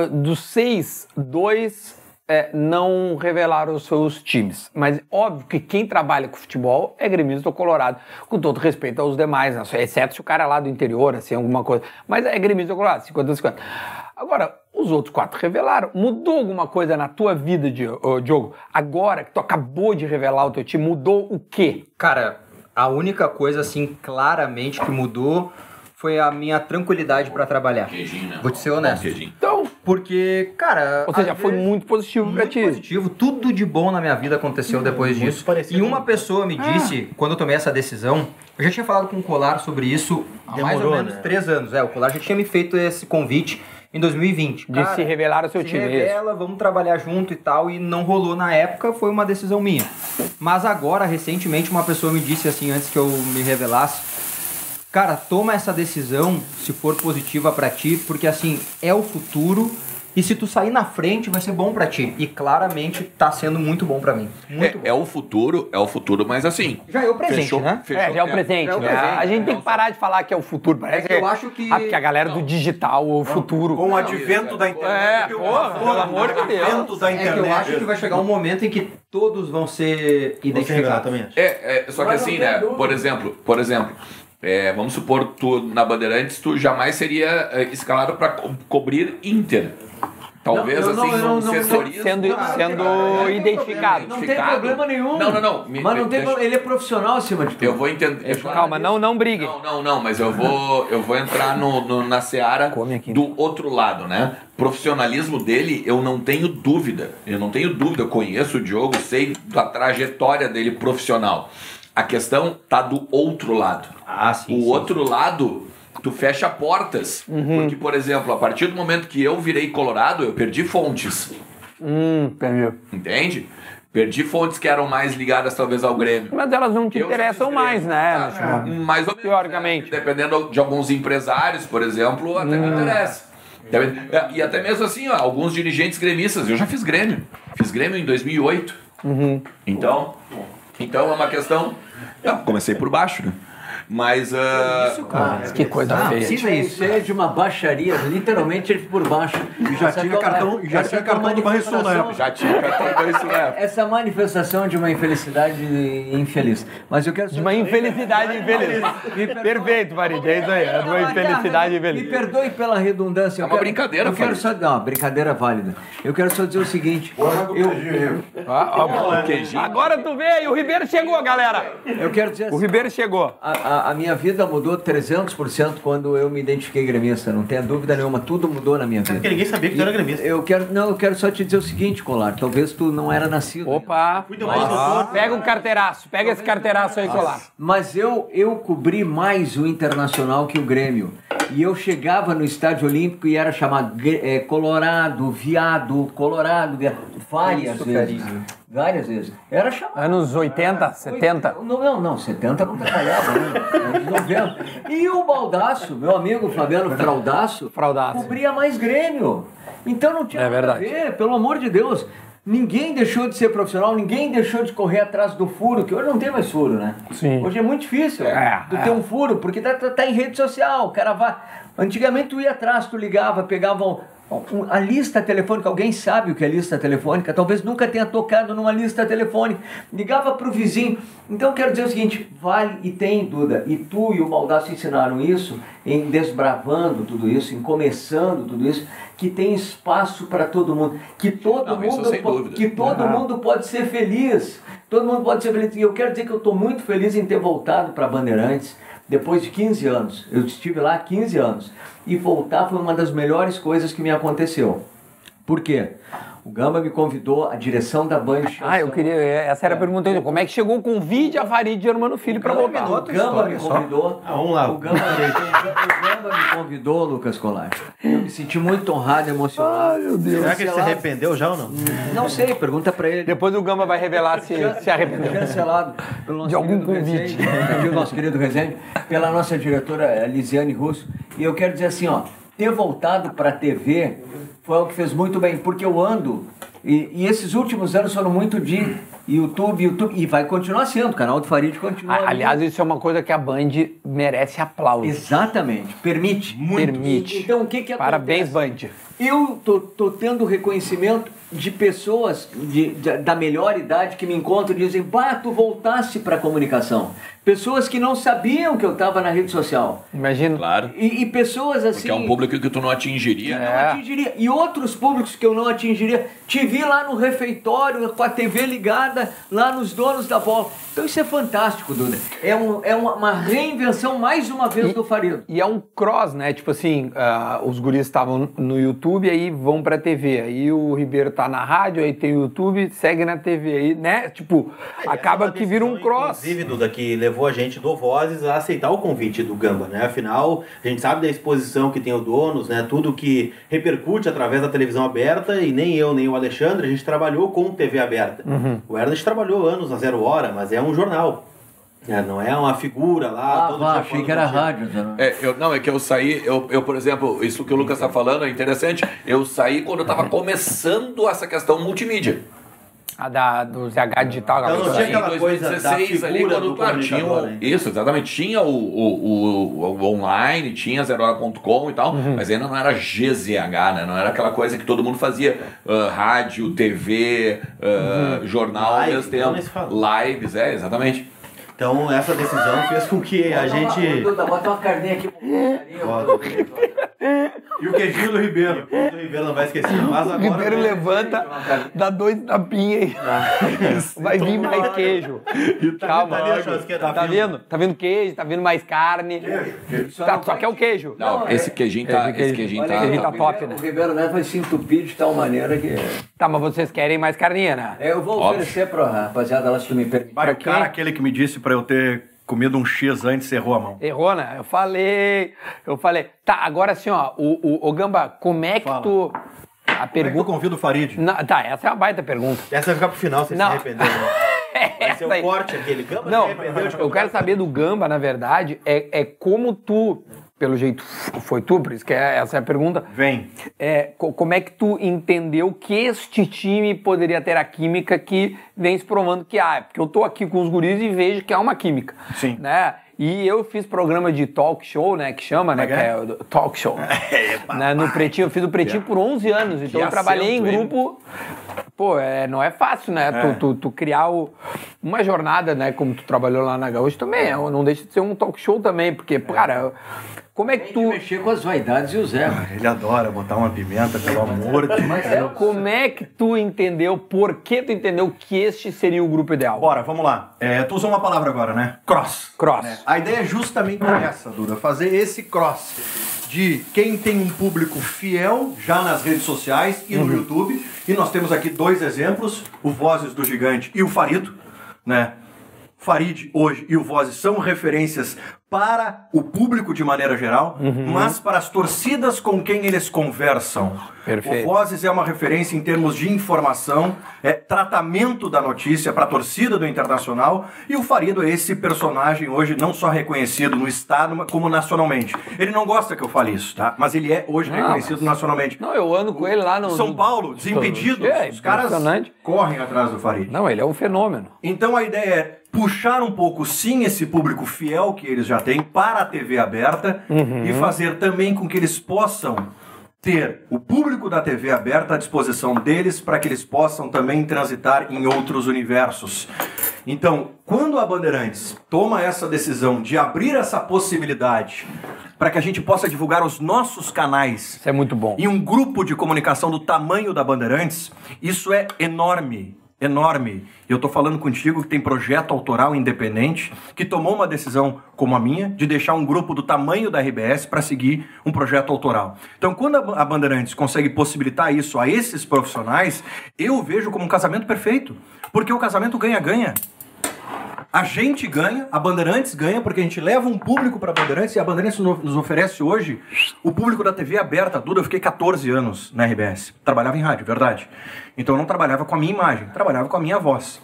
uh, Dos seis, dois é, não revelaram os seus times. Mas óbvio que quem trabalha com futebol é gremista ou colorado. Com todo respeito aos demais, né? Exceto se o cara é lá do interior, assim, alguma coisa. Mas é gremista ou colorado, 50-50. Agora, os outros quatro revelaram. Mudou alguma coisa na tua vida, Di- ô, Diogo? Agora que tu acabou de revelar o teu time, mudou o quê?
Cara, a única coisa assim claramente que mudou foi a minha tranquilidade pra trabalhar.
Queijinho, né?
Vou te ser honesto.
Queijinho.
Então,
Porque, cara,
Ou seja,
às
foi
vezes-
muito positivo pra
muito
ti.
positivo, tudo de bom na minha vida aconteceu depois disso.
parecido.
E uma pessoa me
Ah.
disse, quando eu tomei essa decisão, eu já tinha falado com o Colar sobre isso há mais ou
Demorou,
menos
né?
três anos. É, o Colar já tinha me feito esse convite em 2020.
De
Cara,
se revelar o seu
se
time. é isso.
revela, vamos trabalhar junto e tal, e não rolou na época, foi uma decisão minha. Mas agora, recentemente, uma pessoa me disse assim, antes que eu me revelasse, cara, toma essa decisão, se for positiva pra ti, porque assim, é o futuro, e se tu sair na frente, vai ser bom pra ti. E claramente tá sendo muito bom pra mim. Muito bom.
É, é o futuro, é o futuro, mas assim.
Já é o presente,
fechou,
né?
fechou-
é, já é o presente,
é o
né?
presente,
A gente
né?
tem que parar de falar que é o futuro. Parece
É que eu acho que-
Ah, porque a galera do digital, o futuro.
Com o advento da internet.
É, porra, pelo amor de Deus.
O advento da
É que
internet.
eu acho que vai chegar um momento em que todos vão ser
Você revelar
identificados.
também acho.
É, é, só que
Mas não
assim,
tem
né?
dúvida.
Por exemplo, por exemplo, é, vamos supor tu na Bandeirantes tu jamais seria é, escalado para cobrir Inter. Talvez
Não, não,
assim,
não, não,
um
não,
setorismo.
sendo sendo identificado.
Não tem problema nenhum.
é Não, não, não. Me-
Mas não
me-
tem
deixa-
problema. Ele é profissional acima de tudo.
Eu vou entender. eu vou-
É, Calma, não, não brigue.
Não, não, não, mas eu vou, eu vou entrar no, no- na seara
Come aqui.
do outro lado, né? Profissionalismo dele, eu não tenho dúvida. Eu não tenho dúvida. Eu conheço o Diogo, sei da trajetória dele profissional. A questão tá do outro lado.
Ah, sim,
o
sim,
outro lado, tu fecha portas.
Uhum.
Porque, por exemplo, a partir do momento que eu virei colorado, eu perdi fontes.
Hum, perdeu.
Entende? Perdi fontes que eram mais ligadas talvez ao Grêmio.
Mas elas não te
Eu
interessam
sou
mais, né?
Ah,
Alexandre?
mais ou menos.
Teoricamente. Hum.
né? Dependendo de alguns empresários, por exemplo, até me interessa. Deve- é, E até mesmo assim, ó, alguns dirigentes gremistas. Eu já fiz Grêmio. Fiz Grêmio em 2008.
Uhum.
Então, então é uma questão. Eu comecei por baixo, né? Mas. ah,
Mas que coisa
Ah,
feia.
precisa isso.
Isso é de uma baixaria, literalmente ele por baixo.
E já
Essa
tinha
tua-
cartão- e já
essa
tinha
tua
cartão do Banrisul na
manifestação-
época.
já tinha cartão pra isso, né?
Essa manifestação de uma infelicidade infeliz. Mas eu quero
De uma infelicidade infeliz.
Me perdoe.
Perfeito, Farid. É isso aí. É de uma infelicidade
Me
infeliz.
perdoe pela redundância.
É
eu
uma
quero-
brincadeira,
Eu quero
Farid.
só dar uma brincadeira válida. Eu quero só dizer o seguinte. Eu,
Ah, ó,
O um queijinho.
Agora tu veio. O Ribeiro chegou, galera.
eu quero dizer
O
assim.
Ribeiro chegou.
A, a- a minha vida mudou 300% quando eu me identifiquei gremista, não tenha dúvida nenhuma, tudo mudou na minha
Porque
vida.
ninguém sabia que tu era gremista.
Eu quero, não, eu quero só te dizer o seguinte, Colar, talvez tu não era nascido.
Opa.
Cuida mais do
Ah,
doutor.
Pega o carteiraço, pega esse carteiraço aí, colar.
Mas eu, eu cobri mais o Internacional que o Grêmio. E eu chegava no Estádio Olímpico e era chamado gre- eh, Colorado, Viado, Colorado, viado, várias vezes. Várias vezes. Era chamado.
Anos 80, 70.
Não, não, não, 70 não trabalhava, né? Anos 90. E o Baldaço, meu amigo Fabiano Fraudaço,
Fraudaço.
cobria mais Grêmio. Então não tinha
É
nada a
verdade.
ver, pelo amor de Deus. Ninguém deixou de ser profissional, ninguém deixou de correr atrás do furo, que hoje não tem mais furo, né?
Sim.
Hoje é muito difícil
É,
tu
é.
ter um furo, porque tá, tá- tá em rede social, o cara vai. Antigamente tu ia atrás, tu ligava, pegava um- um- a lista telefônica, alguém sabe o que é lista telefônica, talvez nunca tenha tocado numa lista telefônica, ligava pro vizinho. Então quero dizer o seguinte, vale e tem, Duda, e tu e o Maldaço ensinaram isso, em desbravando tudo isso, em começando tudo isso, que tem espaço para todo mundo, que todo
Não, isso
mundo
sem
po-
dúvida.
que todo mundo pode ser feliz. Todo mundo pode ser feliz. E eu quero dizer que eu estou muito feliz em ter voltado para Bandeirantes depois de 15 anos. Eu estive lá há 15 anos. E voltar foi uma das melhores coisas que me aconteceu. Por quê? O Gamba me convidou, a direção da Band.
Ah, eu queria. Essa era a pergunta. Como é que chegou o convide a Farid Germano Filho pra voltar?
O Gamba me convidou.
Ah, vamos lá.
O Gamba, o Gamba me convidou, Lucas Colar. Eu me senti muito honrado, emocionado. Ai, meu Deus.
Será que ele se arrependeu já ou não?
Não sei, pergunta pra ele.
Depois o Gamba vai revelar se
Can-
se arrependeu.
Cancelado pelo nosso
De algum
querido
convite.
Rezende, aqui o nosso querido Rezende, pela nossa diretora eh, Lisiane Russo. E eu quero dizer assim, ó, ter voltado para a TV foi algo que fez muito bem, porque eu ando, e, e esses últimos anos foram muito de YouTube, YouTube, e vai continuar sendo, o canal do Farid continua.
Ah, Aliás, isso é uma coisa que a Band merece aplausos.
Exatamente, permite.
Permite.
Então o que que acontece?
Parabéns, Band.
Eu tô, tô tendo reconhecimento de pessoas de, de- da melhor idade que me encontram e dizem, bah, tu voltasse para comunicação. Pessoas que não sabiam que eu estava na rede social.
Imagina.
Claro.
E, e pessoas assim.
Que é um público que tu não atingiria.
que eu não atingiria. E outros públicos que eu não atingiria. Te vi lá no refeitório, com a TV ligada, lá nos donos da bola. Então isso é fantástico, Duda. É, um, é uma, uma reinvenção, mais uma vez, do Farido.
E é um cross, né? Tipo assim, ah, os guris estavam no YouTube, aí vão pra TV. Aí o Ribeiro tá na rádio, aí tem o YouTube, segue na TV. Aí, né? Tipo, acaba que vira um cross.
Inclusive, Duda, que levou a gente do Vozes a aceitar o convite do Gamba, né? Afinal, a gente sabe da exposição que tem o Donos, né? Tudo que repercute através da televisão aberta e nem eu, nem o Alexandre, a gente trabalhou com TV aberta.
Uhum.
O Ernest trabalhou anos na Zero Hora, mas é um jornal. né? não é uma figura
Ah,
lá. todo dia falando contigo.
Zé.
É, eu, não, é que eu saí, eu, eu, por exemplo, isso que o Lucas tá falando é interessante. Eu saí quando eu tava
Uhum.
começando essa questão multimídia.
A da, do ZH Digital.
Então, não
galera.
tinha
Em
aquela coisa da
2016 ali,
figura
quando
do
claro, tinha o,
comunicador, né?
Isso, exatamente. Tinha o, o- o- o online, tinha zerora.com e tal,
Uhum.
mas ainda não era GZH, né? Não era aquela coisa que todo mundo fazia. Ah, rádio, TV, ah, jornal ao
Uhum. Live,
mesmo tempo.
então nem se
Lives, é, exatamente.
Então, essa decisão fez com que a gente.
Duda, bota uma carninha aqui.
E o queijinho do Ribeiro.
O Ribeiro não vai esquecer. Mas agora.
Ribeiro levanta, dá dois tapinhas
Ah, é.
e *laughs* vai vir
Então,
mais queijo. Calma,
tá ali a churrasqueira,
tá,
tá
vendo? Tá vendo queijo, tá vendo mais carne. Tá, só que é o queijo.
Não,
é-
esse queijinho tá. Esse queijinho
olha
tá.
aí, tá
tá-
top, né?
O Ribeiro Neto vai se entupir de tal maneira que.
Tá, mas vocês querem mais carninha, né?
É, Eu vou
Óbvio.
oferecer pra rapaziada lá, se tu me permite.
Vai, o
quem?
cara, aquele que me disse pra eu ter comido um X antes, errou a mão.
Errou, né? Eu falei. Eu falei. Tá, agora assim, ó, o, o, o Gamba, como é que
Fala.
tu.
é
A
Eu
pergunta.
convido o Farid.
Na- tá, essa é uma baita pergunta.
Essa vai ficar pro final, se ele se
Não.
arrependeu. né? Vai ser
Essa
o
aí.
corte aquele. Gamba
Não,
se arrependeu de
eu quero saber do Gamba, na verdade, é, é como tu, pelo jeito f- foi tu, por isso que é, essa é a pergunta,
Vem.
é, co- como é que tu entendeu que este time poderia ter a química que vem se provando que há? É Porque eu tô aqui com os guris e vejo que há uma química.
Sim.
Né? E eu fiz programa de talk show, né, que chama, né, que
Como é
é o talk show. né, no Pretinho, eu fiz o Pretinho por 11 anos, então eu
acento,
trabalhei em
hein?
grupo. Pô, é, não é fácil, né? Tu, tu- tu criar o- uma jornada, né? Como tu trabalhou lá na Gaúcha também. é, Não deixa de ser um talk show também, porque, cara, como é que tu.
mexer com as vaidades e o Zé.
Ele adora botar uma pimenta, pelo amor de Deus.
Como é que tu entendeu, por que tu entendeu que este seria o grupo ideal?
Bora, vamos lá. É, tu usou uma palavra agora, né? Cross.
Cross.
É, A ideia é justamente essa, Duda. Fazer esse cross de quem tem um público fiel já nas redes sociais e
Uhum.
no YouTube. E nós temos aqui dois exemplos: o Vozes do Gigante e o Farido, né? Farid hoje e o Vozes são referências para o público de maneira geral,
Uhum.
mas para as torcidas com quem eles conversam.
Perfeito.
O Vozes é uma referência em termos de informação, é tratamento da notícia para a torcida do Internacional e o Farido é esse personagem hoje não só reconhecido no estado, mas como nacionalmente. Ele não gosta que eu fale isso, tá? Mas ele é hoje reconhecido nacionalmente.
Não, eu ando com ele lá no.
São
no-
Paulo, desimpedidos,
É,
os caras
impressionante.
correm atrás do Farid.
Não, ele é um fenômeno.
Então a ideia é puxar um pouco, sim, esse público fiel que eles já têm para a TV aberta e fazer também com que eles possam ter o público da TV aberta à disposição deles para que eles possam também transitar em outros universos. Então, quando a Bandeirantes toma essa decisão de abrir essa possibilidade para que a gente possa divulgar os nossos canais
Isso é muito bom.
em um grupo de comunicação do tamanho da Bandeirantes, isso é enorme. enorme. Eu estou falando contigo que tem projeto autoral independente, que tomou uma decisão como a minha, de deixar um grupo do tamanho da RBS para seguir um projeto autoral. Então, quando a Ba- a Bandeirantes consegue possibilitar isso a esses profissionais, eu vejo como um casamento perfeito. Porque o casamento ganha-ganha. A gente ganha, a Bandeirantes ganha, porque a gente leva um público para a Bandeirantes e a Bandeirantes no- nos oferece hoje o público da TV aberta. Duda, eu fiquei 14 anos na RBS. Trabalhava em rádio, verdade. Então eu não trabalhava com a minha imagem, trabalhava com a minha voz.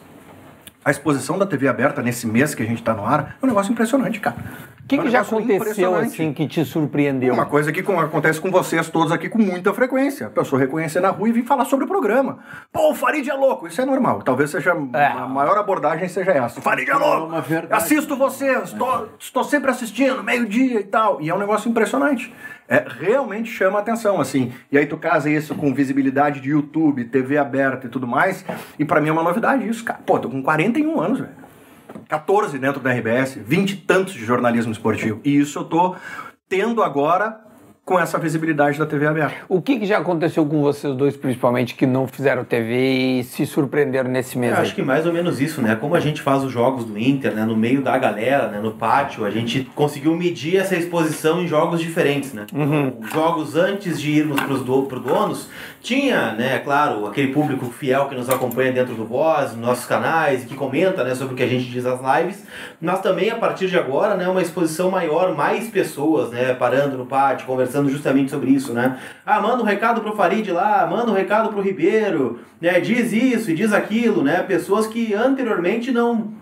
A exposição da TV aberta nesse mês que a gente está no ar é um negócio impressionante, cara.
O que,
É um
que já
negócio
aconteceu
impressionante.
assim que te surpreendeu?
Uma coisa que com- acontece com vocês todos aqui com muita frequência. A pessoa reconhecer na rua e vir falar sobre o programa. Pô, o Farid é louco. Isso é normal. Talvez seja a maior abordagem seja essa. O Farid é louco.
uma verdade.
Assisto vocês. Tô, estou sempre assistindo, meio-dia e tal. E é um negócio impressionante. É, realmente chama a atenção, assim. E aí tu casa isso com visibilidade de YouTube, TV aberta e tudo mais. E pra mim é uma novidade isso, cara. Pô, tô com 41 anos, velho. 14 dentro da RBS, 20 e tantos de jornalismo esportivo. E isso eu tô tendo agora com essa visibilidade da TV aberta.
O que, que já aconteceu com vocês dois, principalmente, que não fizeram TV e se surpreenderam nesse mês?
Eu
aí?
acho que mais ou menos isso, né? Como a gente faz os jogos do Inter, né? No meio da galera, né? No pátio, a gente conseguiu medir essa exposição em jogos diferentes, né? Os Jogos antes de irmos pros do, pro donos, tinha, né, claro, aquele público fiel que nos acompanha dentro do Voz, nos nossos canais, que comenta, né, sobre o que a gente diz nas lives. Mas também, a partir de agora, né, uma exposição maior, mais pessoas, né, parando no pátio, conversando justamente sobre isso, né? Ah, manda um recado pro Farid lá, manda um recado pro Ribeiro, né, diz isso e diz aquilo, né? Pessoas que anteriormente não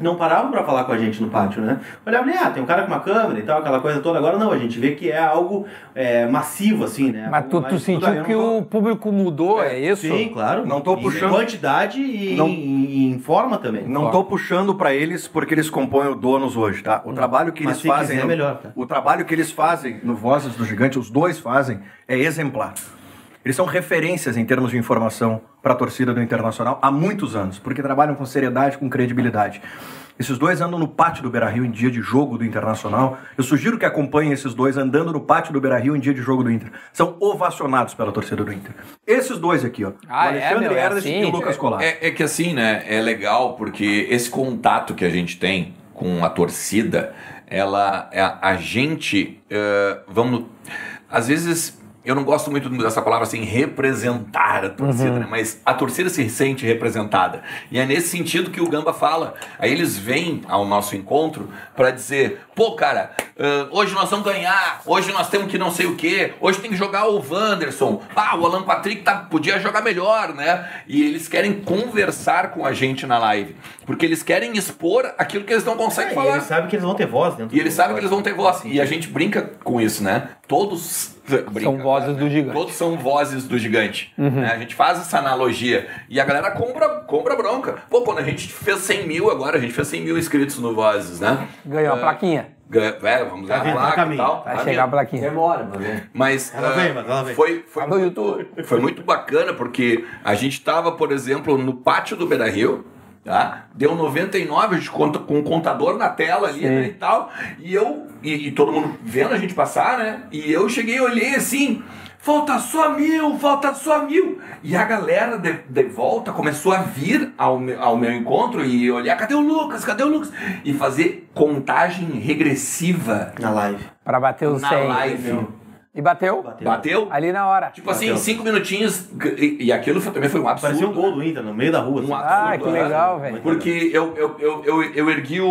não paravam para falar com a gente no pátio, né? Olhava, né, ah, tem um cara com uma câmera e tal, aquela coisa toda. Agora não, a gente vê que é algo é, massivo, assim, né?
Mas tu,
Algo
tu
mais-
sentiu que o público mudou, é, isso?
Sim, claro.
Não tô
Em
puxando-
quantidade e
Não-
em, em forma também.
Não tô puxando pra eles porque eles compõem o donos hoje, tá? O trabalho que
Mas
eles
se
fazem,
quiser,
no-
é melhor, tá?
o trabalho que eles fazem no Vozes do Gigante, os dois fazem, é exemplar. Eles são referências em termos de informação para a torcida do Internacional há muitos anos, porque trabalham com seriedade, com credibilidade. Esses dois andam no pátio do Beira-Rio em dia de jogo do Internacional. Eu sugiro que acompanhem esses dois andando no pátio do Beira-Rio em dia de jogo do Inter. São ovacionados pela torcida do Inter. Esses dois aqui, ó.
Ah,
o
é,
Alexandre
meu, é
Ernest
assim?
e o Lucas Colar.
É, é que assim, né? É legal porque esse contato que a gente tem com a torcida, ela. A, a gente. eh, vamos. Às vezes. Eu não gosto muito dessa palavra assim, representar a torcida, né? mas a torcida se sente representada. E é nesse sentido que o Gamba fala. Aí eles vêm ao nosso encontro para dizer: pô, cara, eh, hoje nós vamos ganhar, hoje nós temos que não sei o quê, hoje tem que jogar o Wanderson. Ah, o Alan Patrick tá, podia jogar melhor, né? E eles querem conversar com a gente na live, porque eles querem expor aquilo que eles não conseguem
É, e
falar.
eles sabem que eles vão ter voz dentro
E
do
eles sabem que eles
negócio.
vão ter voz. E a gente brinca com isso, né? Todos.
São
brinca,
vozes
cara,
do
né?
gigante.
Todos são vozes do gigante. né? A gente faz essa analogia. E a galera compra, compra bronca. Pô, quando a gente fez 100 mil agora, a gente fez 100 mil inscritos no Vozes, né?
Ganhou a plaquinha.
Ganha- É, vamos
Tá
lá,
vindo, tá
placa e
caminho.
tal.
Vai
Tá
chegar a
vindo.
plaquinha.
Demora, é. mano.
Mas,
Ela
ah,
vem, mas ela vem.
Foi, foi,
Alô,
muito, foi muito bacana, porque a gente estava, por exemplo, no pátio do Beira Rio, tá? deu 99, a gente conta com o contador na tela ali né, e tal, e eu, e, e todo mundo vendo a gente passar, né? E eu cheguei e olhei assim. Falta só mil, falta só mil. E a galera de, de volta começou a vir ao meu, ao meu encontro e olhar, cadê o Lucas, cadê o Lucas? E fazer contagem regressiva
Na live.
Pra bater os
na
100.
live.
E bateu?
Bateu?
Ali na hora.
Tipo assim, cinco minutinhos. E, e aquilo foi- também foi um absurdo.
Parecia um gol do Inter no meio da rua.
Um
assim.
Ah,
absurdo,
que
né?
legal, velho.
Porque eu, eu, eu, eu, eu ergui o,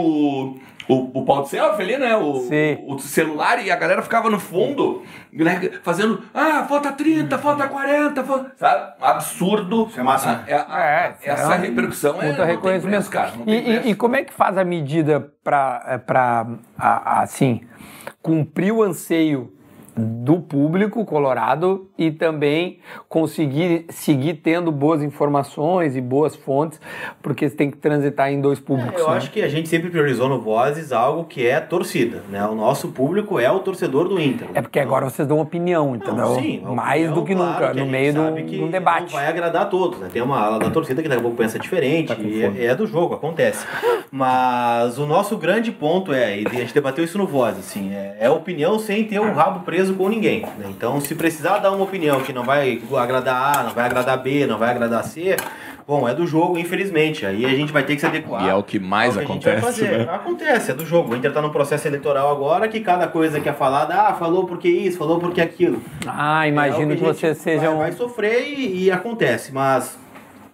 o, o pau de selfie ali, né? O,
Sim.
o celular e a galera ficava no fundo, né? Fazendo. Ah, falta 30, falta 40, falta. Sabe? Absurdo.
é massa.
Ah, é- a-
É,
essa
é um-
repercussão
Então
é. não
Muito
tem
reconhecimento.
preço, cara. Não
E,
tem
e-
preço.
e como é que faz a medida eh, para, assim, cumprir o anseio do público colorado e também conseguir seguir tendo boas informações e boas fontes, porque você tem que transitar em dois públicos.
É, Eu
né?
acho que a gente sempre priorizou no Vozes algo que é torcida, né? O nosso público é o torcedor do Inter.
É porque agora vocês dão opinião, entendeu?
Não, sim, a
Mais
opinião,
do que
claro,
nunca,
a
no
gente
meio de
sabe
um,
que
de um debate.
Não vai agradar a todos, né? Tem uma ala da torcida que daqui a pouco pensa diferente,
Tá
e é, é do jogo, acontece. Mas o nosso grande ponto é, e a gente debateu isso no Voz, assim, é, é opinião sem ter o rabo preso com ninguém. né? Então, se precisar dar uma opinião que não vai agradar A, não vai agradar B, não vai agradar C, Bom, é do jogo, infelizmente. Aí a gente vai ter que se adequar.
E é o que mais
ao que a gente vai
acontece,
fazer.
né?
Acontece, é do jogo. O Inter tá num processo eleitoral agora que cada coisa que é falada, ah, falou porque isso, falou porque aquilo.
Ah, imagino
É, o
que
a
você
gente
seja
vai,
um.
vai sofrer e, e acontece, mas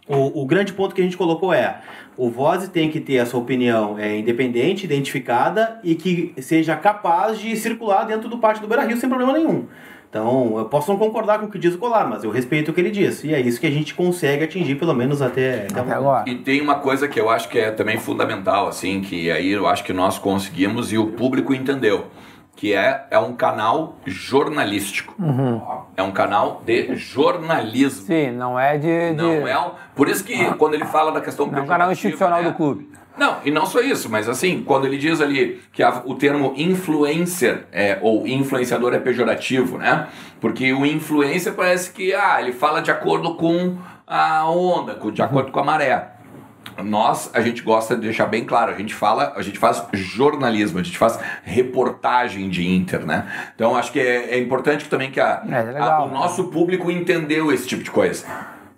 o, o grande ponto que a gente colocou é o Voz tem que ter a sua opinião é, independente, identificada e que seja capaz de circular dentro do pátio do Beira Rio sem problema nenhum. Então, eu posso não concordar com o que diz o Colar, mas eu respeito o que ele diz. E é isso que a gente consegue atingir, pelo menos até,
Até
até agora.
agora.
E tem uma coisa que eu acho que é também fundamental, assim, que aí eu acho que nós conseguimos e o público entendeu. Que é, é um canal jornalístico. É um canal de jornalismo.
Uhum. Sim, não é de. de...
Não é um... Por isso que quando ele fala da questão
Não é um canal
pejorativa,
institucional
né?
do clube.
Não, e não só isso, mas assim, quando ele diz ali que a- o termo influencer é, ou influenciador é pejorativo, né? Porque o influencer parece que ah, ele fala de acordo com a onda, com- de acordo com a maré. Nós, a gente gosta de deixar bem claro, a gente fala, a gente faz jornalismo, a gente faz reportagem de Inter, né? Então acho que é, é importante também que a-
É, legal.
a- o nosso público entendeu esse tipo de coisa.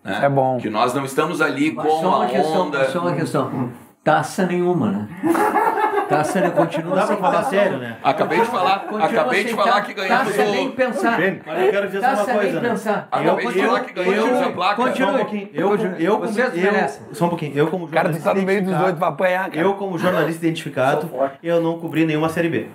né?
É bom.
Que nós não estamos ali com
Mas só
a
uma questão,
onda.
só uma questão. Taça nenhuma, né? Taça né?
Não
continua
dá pra
sem
falar
taça.
sério, né?
Acabei de falar,
Continua assim, tá-
acabei
sem
de falar
taça.
que ganhamos
Taça nem
o.
pensar.
Mas eu quero dizer só uma
Taça nem
coisa, né?
pensar.
Acabei de falar que ganhamos a placa.
Só um
Continue.
pouquinho. Eu, eu,
Continue.
eu,
Vocês merecem.
eu, só um pouquinho. Eu como
O cara
jornalista
tá no meio dos
identificado-
dois pra apanhar, cara.
Eu, como
*laughs*
jornalista identificado, eu não cobri nenhuma Série B.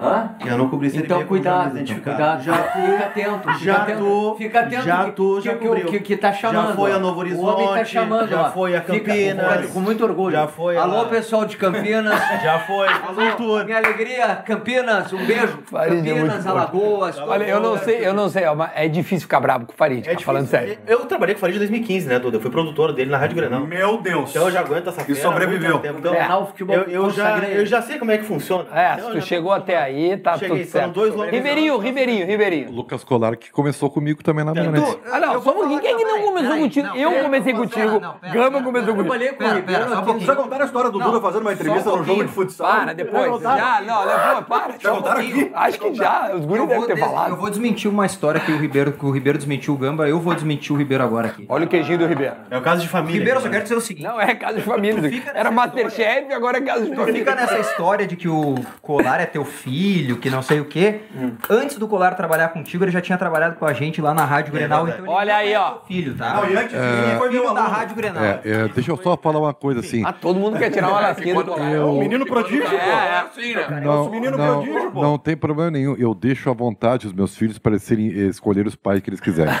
Hã?
Eu não cobri Série
Então
B como
cuidado,
jornalista identificado.
cuidado.
Já
fica atento, fica
já
atento.
tô-
fica atento
já
que,
tô,
que,
já
que,
cobriu.
que, que tá
Já
chamando.
foi a
ó.
Novo
O homem tá
Horizonte,
chamando,
já
ó.
foi a
Fica,
Campinas.
com, com muito orgulho.
Já foi
Alô,
lá.
pessoal de Campinas.
*laughs* Já foi, faz um
Alô,
tour.
minha alegria, Campinas, um beijo.
Farid é muito
Campinas,
bom.
Alagoas.
Tá
Olha, eu não sei, eu não sei, é uma- é difícil ficar bravo com o Farid, cara,
É difícil.
Tá falando sério.
Eu trabalhei com o Farid em 2015, né, Duda? Eu fui produtor dele na Rádio Grenal.
Meu Deus.
Então eu já aguento essa
E sobreviveu.
há muito tempo. Então,
Grenal, futebol,
eu, eu já,
consagrei.
eu já sei como é que funciona.
É,
Então,
se
eu
tu
já tô
chegou até
acostumado.
aí, tá
Cheguei,
tudo
foram
certo.
dois longos
Ribeirinho, Ribeirinho, Ribeirinho.
Lucas Colar que começou comigo também na minha, né?
Então,
Ah, não, só um pouquinho. Quem é que não começou contigo? eu comecei contigo. Gama começou
Eu
contigo.
trabalhei com o
Pera,
Ribeiro
pera, só um
aqui.
pouquinho.
Já contaram a história do
Não,
Duda fazendo uma
só
entrevista
um
no jogo
pouquinho.
de futsal?
Para, depois. Já, não, levou, para.
Já contaram aqui?
Acho que já, os guris
Eu
devem
vou,
ter
des- eu
falado.
vou desmentir uma história que o Ribeiro, que o Ribeiro desmentiu o Gamba, eu vou desmentir o Ribeiro agora aqui.
Olha o queijinho do Ribeiro.
É o caso de família.
Ribeiro, eu
aqui,
só
né?
quero dizer o seguinte.
Não, é casa de família.
fica
Era
nessa
Masterchef, agora é casa de
Tu
família.
fica nessa história de que o Colar é teu filho, que não sei o quê. Antes do Colar trabalhar contigo, ele já tinha trabalhado com a gente lá na Rádio Grenal.
verdade.
Então ele
Olha
não
aí,
é
ó.
teu filho, tá?
Não, e antes ele foi meu
filho da
aluno.
Rádio Grenal.
É, é, deixa eu só falar uma coisa assim.
Ah, todo mundo quer tirar uma lasquinha do
eu-
eu...
Menino prodígio,
É,
pô.
é.
assim, né?
Não,
menino
não,
prodígio, pô.
não tem problema nenhum. Eu deixo à vontade os meus filhos para serem, eh, escolher os pais que
*laughs*
eles quiserem.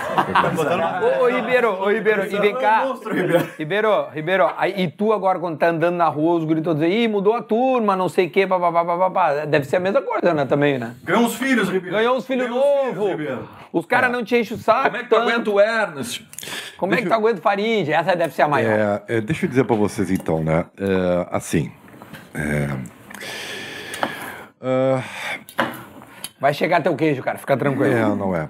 Botaram uma-
Ô, ô, Ribeiro, ô, Ribeiro, e vem cá. Ribeiro, Ribeiro, aí, e tu agora quando tá andando na rua, os gritos dizem, ih, mudou a turma, não sei o quê, papapá, papapá. Deve ser a mesma coisa, né, também, né?
Ganhou uns filhos, Ribeiro.
Ganhou uns filhos
Ganhou uns
novos.
Ribeiro.
Os caras não te enchem o saco.
Como é que tu
tanto.
aguenta o Ernest?
Como é que tu aguenta o Farid? Essa deve ser a maior.
É, é, deixa eu dizer para vocês então, né? É, assim.
Vai chegar teu queijo, cara, fica tranquilo.
É, não é.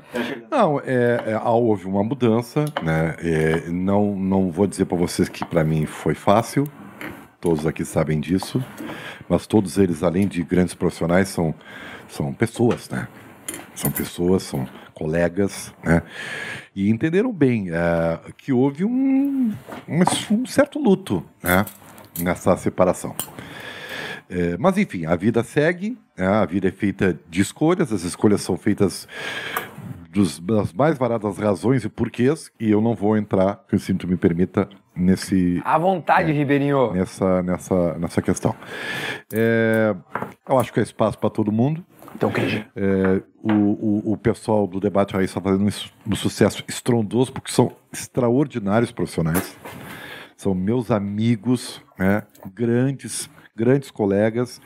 Não, é, é, ah, houve uma mudança, né? É, não, não vou dizer para vocês que para mim foi fácil. Todos aqui sabem disso, mas todos eles, além de grandes profissionais, são são pessoas, né? São pessoas, são colegas, né? E entenderam bem é, que houve um, um- um certo luto, né? Nessa separação. É, mas enfim, a vida segue, né? a vida é feita de escolhas, as escolhas são feitas dos- das mais variadas razões e porquês, e eu não vou entrar, que o cinto me permita, nesse,
À
É.
vontade, Ribeirinho.
nessa, nessa, nessa questão. É, eu acho que há espaço para todo mundo.
Teu queijo.
É, o, o, o pessoal do debate aí está fazendo um, su- um sucesso estrondoso, porque são extraordinários profissionais. São meus amigos, né? grandes, grandes colegas,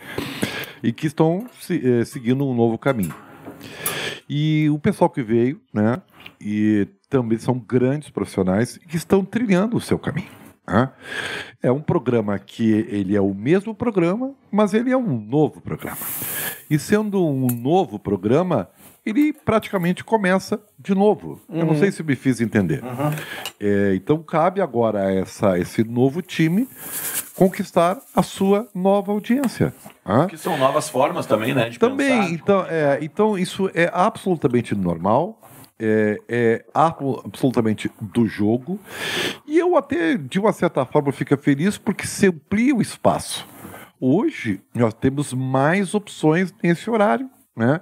e que estão se- eh, seguindo um novo caminho. E o pessoal que veio, né? E também são grandes profissionais que estão trilhando o seu caminho. né? É um programa que ele é o mesmo programa, mas ele é um novo programa. E sendo um novo programa, ele praticamente começa de novo. Eu não sei se me fiz entender. É, então cabe agora a essa, esse novo time conquistar a sua nova audiência. né?
Que são novas formas também, né? de
Também,
pensar.
então, é, então isso é absolutamente normal. é, é abso- absolutamente do jogo. E eu até, de uma certa forma, fico feliz porque se amplia o espaço. Hoje, nós temos mais opções nesse horário. Né?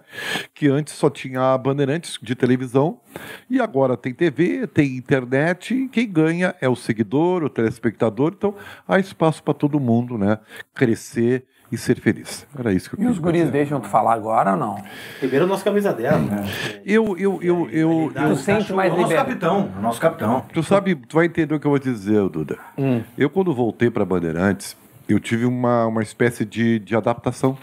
Que antes só tinha a Bandeirantes de televisão e agora tem TV, tem internet. E quem ganha é o seguidor, o telespectador. Então há espaço para todo mundo né? crescer e ser feliz. Era isso que eu
E os
queria
guris
dizer.
deixam tu falar agora ou não?
Primeiro, nosso camisa 10. né?
Eu, eu, eu, eu,
Tu sente mais
o nosso
liberdade.
capitão, o nosso capitão.
Tu sabe, tu vai entender o que eu vou dizer, Duda. Eu, quando voltei para Bandeirantes, eu tive uma, uma espécie de, de adaptação.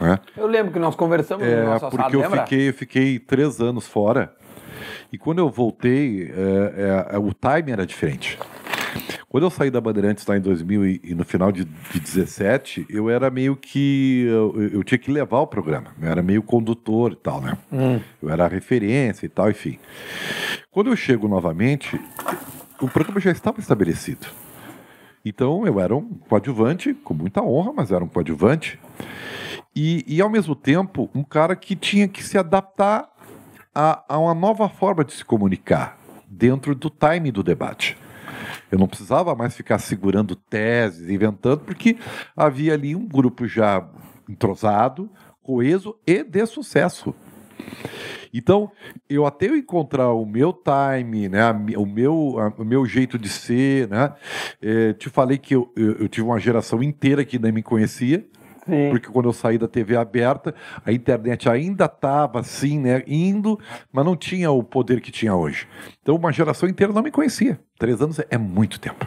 Né?
Eu lembro que nós conversamos
É,
no nosso assado,
porque eu
lembra?
fiquei, eu fiquei três anos fora. E quando eu voltei, é, é, é, o timing era diferente. Quando eu saí da Bandeirantes lá em 2000 e, e no final de, de 17, eu era meio que. Eu, eu tinha que levar o programa. Eu era meio condutor e tal, né?
Hum.
Eu era a referência e tal, enfim. Quando eu chego novamente, o programa já estava estabelecido. Então eu era um coadjuvante, com muita honra, mas era um coadjuvante. E, e, ao mesmo tempo, um cara que tinha que se adaptar a, a uma nova forma de se comunicar dentro do time do debate. Eu não precisava mais ficar segurando teses, inventando, porque havia ali um grupo já entrosado, coeso e de sucesso. Então, eu até eu encontrar o meu time, né, a mi- o, meu, a- o meu jeito de ser, né? eh, te falei que eu, eu, eu tive uma geração inteira que nem me conhecia, porque quando eu saí da TV aberta, a internet ainda estava assim, né, indo, mas não tinha o poder que tinha hoje. Então, uma geração inteira não me conhecia. Três anos é- é muito tempo.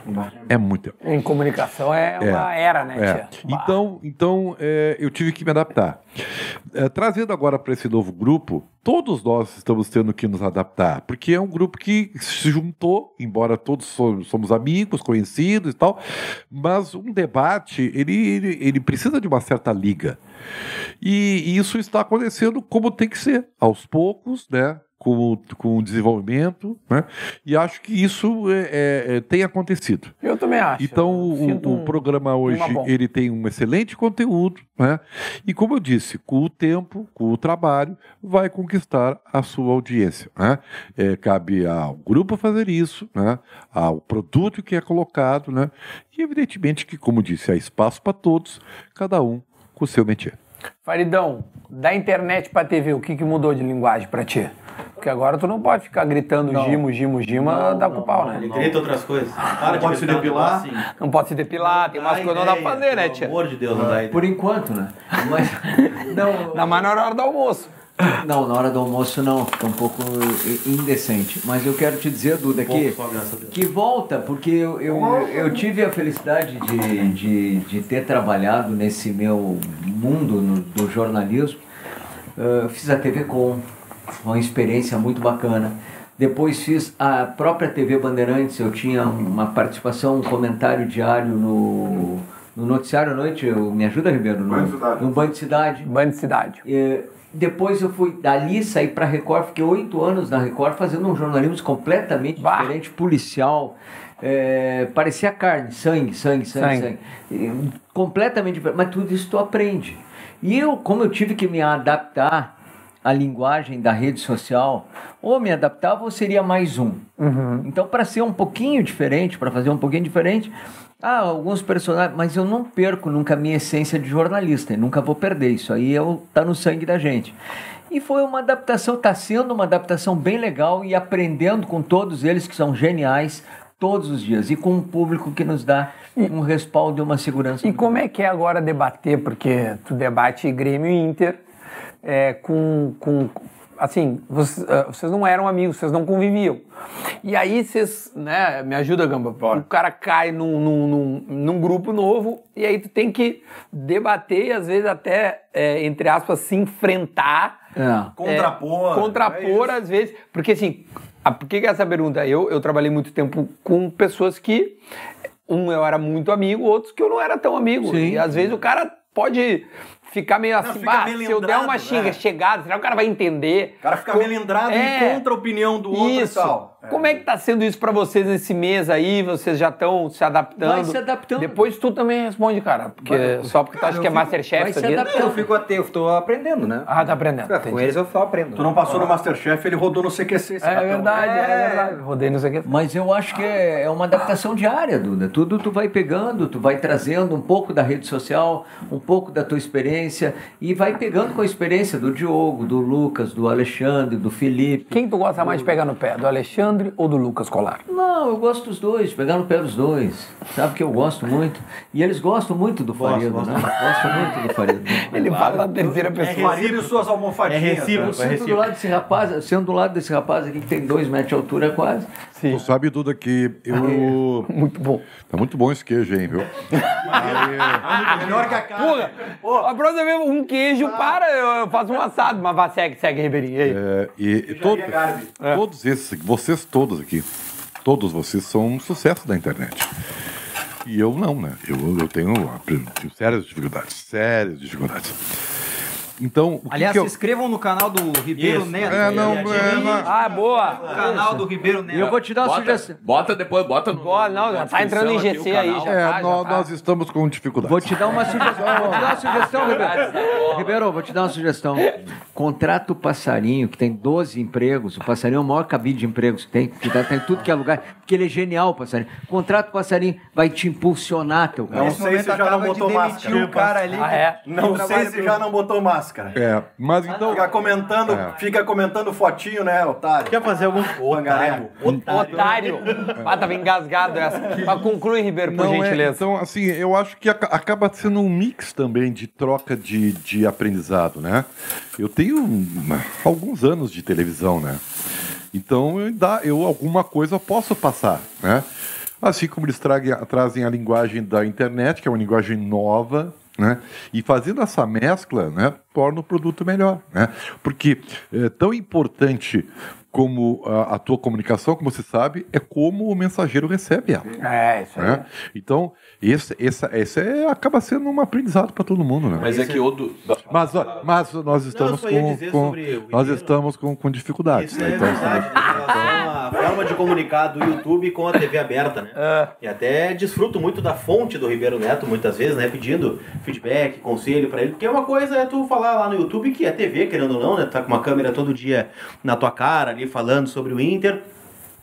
É muito tempo.
Em comunicação é uma era, né,
É.
tia? Bah.
Então, então é, eu tive que me adaptar. É, trazendo agora para esse novo grupo, todos nós estamos tendo que nos adaptar, porque é um grupo que se juntou, embora todos so- somos amigos, conhecidos e tal, mas um debate ele, ele, ele precisa de uma certa liga. E, e isso está acontecendo como tem que ser, aos poucos, né? Com, o- com o desenvolvimento, né? E acho que isso é- é- é, tem acontecido.
Eu também acho.
Então
Eu
o,
sinto
o
um-
programa hoje
bomba.
ele tem um excelente conteúdo, né? E como eu disse, com o tempo, com o trabalho, vai conquistar a sua audiência. Né? É, cabe ao grupo fazer isso, né? Ao produto que é colocado, né? E evidentemente que, como disse, há espaço para todos, cada um com o seu métier.
Faridão, da internet pra TV, o que, que mudou de linguagem pra ti? Porque agora tu não pode ficar gritando gimo, gimo, gima, dá com o pau, né?
Ele
Não,
grita outras coisas. Para
Pode
de
se
gritar,
depilar.
assim.
pode se depilar, tem umas
Dá
coisas que não dá pra
ideia,
fazer, né,
pelo
tia?
amor de Deus, não dá ideia.
Por enquanto, né? Mas. Não,
Ainda mais na hora do almoço.
*coughs* não, na hora do almoço não, fica um pouco i- indecente. Mas eu quero te dizer, Duda,
Um Pouco
que,
só, graças a Deus.
que volta, porque eu, eu, eu tive a felicidade de, de, de ter trabalhado nesse meu mundo no- do jornalismo. Ah, Eu fiz a TV Com, uma experiência muito bacana. Depois fiz a própria TV Bandeirantes, eu tinha uma participação, um comentário diário no, no Noticiário à Noite. Eu- me ajuda, Ribeiro? No
Banho de Cidade.
No Banho de Cidade.
Banho de cidade.
É, depois eu fui dali, saí para Record, fiquei oito anos na Record fazendo um jornalismo completamente
Bah!
diferente, policial. é, parecia carne, sangue, sangue, sangue,
Sangue.
sangue. E, completamente diferente. Mas tudo isso tu aprende. E eu, como eu tive que me adaptar à linguagem da rede social, ou me adaptava ou seria mais um. Então, para ser um pouquinho diferente, para fazer um pouquinho diferente, ah, alguns personagens, mas eu não perco nunca a minha essência de jornalista, e nunca vou perder isso. Aí eu, tá no sangue da gente. E foi uma adaptação, tá sendo uma adaptação bem legal e aprendendo com todos eles que são geniais todos os dias e com um público que nos dá um respaldo e uma segurança.
E como é que é agora debater? Porque tu debate Grêmio e Inter é, com, com. Assim, vocês, ah, vocês não eram amigos, vocês não conviviam. E aí vocês, né? Me ajuda, Gamba. O cara cai num, num, num, num grupo novo e aí tu tem que debater e às vezes até, é, entre aspas, se enfrentar.
É.
Contrapor. né?
É, contrapor, às vezes. Porque assim, a- por que, que essa pergunta? Eu, eu trabalhei muito tempo com pessoas que. Um eu era muito amigo, outros que eu não era tão amigo.
Sim.
E às vezes o cara pode ficar meio assim,
fica
"Bah,
meio
se eu der
lembrado,
uma xinga,
né?"
chegada, será que o cara vai entender?
O cara fica melindrado
É.
e contra a opinião do outro
Isso.
e tal.
Como é que tá sendo isso pra vocês nesse mês aí? Vocês já estão se adaptando?
Vai se adaptando.
Depois tu também responde, cara. Porque só porque tu acha que é Masterchef
vai
isso
se
aqui.
adaptar.
Eu fico até, eu tô aprendendo, né?
Ah, tá aprendendo.
É
Com
entendi.
eles eu só aprendo.
Tu não passou no Masterchef, ele rodou no CQC. esse
É
ratão.
verdade, é, verdade. Rodei nisso aqui.
Mas eu acho que é, é uma adaptação diária, Duda. Tudo tu vai pegando, tu vai trazendo um pouco da rede social, um pouco da tua experiência e vai pegando com a experiência do Diogo, do Lucas, do Alexandre, do Felipe.
Quem tu gosta mais de pegar no pé? Do Alexandre ou do Lucas Colar?
Não, eu gosto dos dois, pegar no pé dos dois. Sabe que eu gosto muito. E eles gostam muito do Farido, né? Gostam muito do Farido.
Ele fala na terceira
É
pessoa.
Marido e suas almofadinhas.
É recíproco.
né?
Eu sento do lado desse rapaz, sendo do lado desse rapaz aqui que tem dois metros de altura quase.
Tu sabe, Duda, que eu.
*laughs* Muito bom.
Tá muito bom esse queijo, hein, viu?
Melhor que a cara.
Porra, a próxima vez um queijo para, eu eu faço um assado, mas vá, segue, segue, Ribeirinho. E aí?
É, e e todo- todos esses, vocês todos aqui, todos vocês são um sucesso da internet. E eu não, né? Eu, eu tenho, tenho sérias dificuldades, sérias dificuldades. Então, o que
Aliás,
que eu...
se inscrevam no canal do Ribeiro
Isso.
Neto.
É, não,
Ele
é,
admira.
não.
Ah, boa.
Canal do Ribeiro Neto.
E eu vou te dar uma
Bota,
sugestão.
bota depois, bota no.
Boa, não,
na
já tá entrando em
descrição aqui
GC
o
aí,
canal.
já.
É,
tá,
nó-
tá.
nós estamos com dificuldades.
Vou te dar uma sugestão. Vou te dar uma sugestão, Ribeiro. Ribeiro, vou te dar uma sugestão. Contrata o passarinho, que tem 12 empregos. O passarinho é o maior cabide de empregos que tem, que tá- tem tudo que é lugar, porque ele é genial, o passarinho. Contrata o passarinho, vai te impulsionar, teu cara.
Não
Nesse
sei
momento
se já não
acaba de
botou
demitir
máscara.
o cara ali.
Ah, é?
que-
Não
que
sei
trabalha
se
pro-
já não botou máscara.
É, mas então.
Fica comentando,
É.
fica comentando fotinho, né, otário?
Quer fazer algum...
Pangaré.
tá. Otário. Ah, tava engasgado essa. Mas conclui, Ribeiro, por
Não é,
gentileza.
então, assim, eu acho que aca- acaba sendo um mix também de troca de, de aprendizado, né? Eu tenho hum, alguns anos de televisão, né? Então, eu, dá, eu alguma coisa posso passar, né? Assim como eles traguem- trazem a linguagem da internet, que é uma linguagem nova, né? E fazendo essa mescla, né, torna o produto melhor, né? Porque é tão importante como a, a tua comunicação, como você sabe, é como o mensageiro recebe ela
É, isso aí.
né? Então, esse, essa, esse é, acaba sendo um aprendizado para todo mundo, né?
Mas é que o do.
Mas, ó, mas nós estamos
só ia
com,
dizer
com-
sobre o
nós
Ribeiro.
estamos com, com dificuldades,
Isso
né?
é
Então,
verdade, né, em relação à forma de comunicar do YouTube com a TV aberta, né? E até desfruto muito da fonte do Ribeiro Neto, muitas vezes, né? Pedindo feedback, conselho pra ele. Porque uma coisa é tu falar lá no YouTube, que é TV, querendo ou não, né? Tu tá com uma câmera todo dia na tua cara ali, falando sobre o Inter.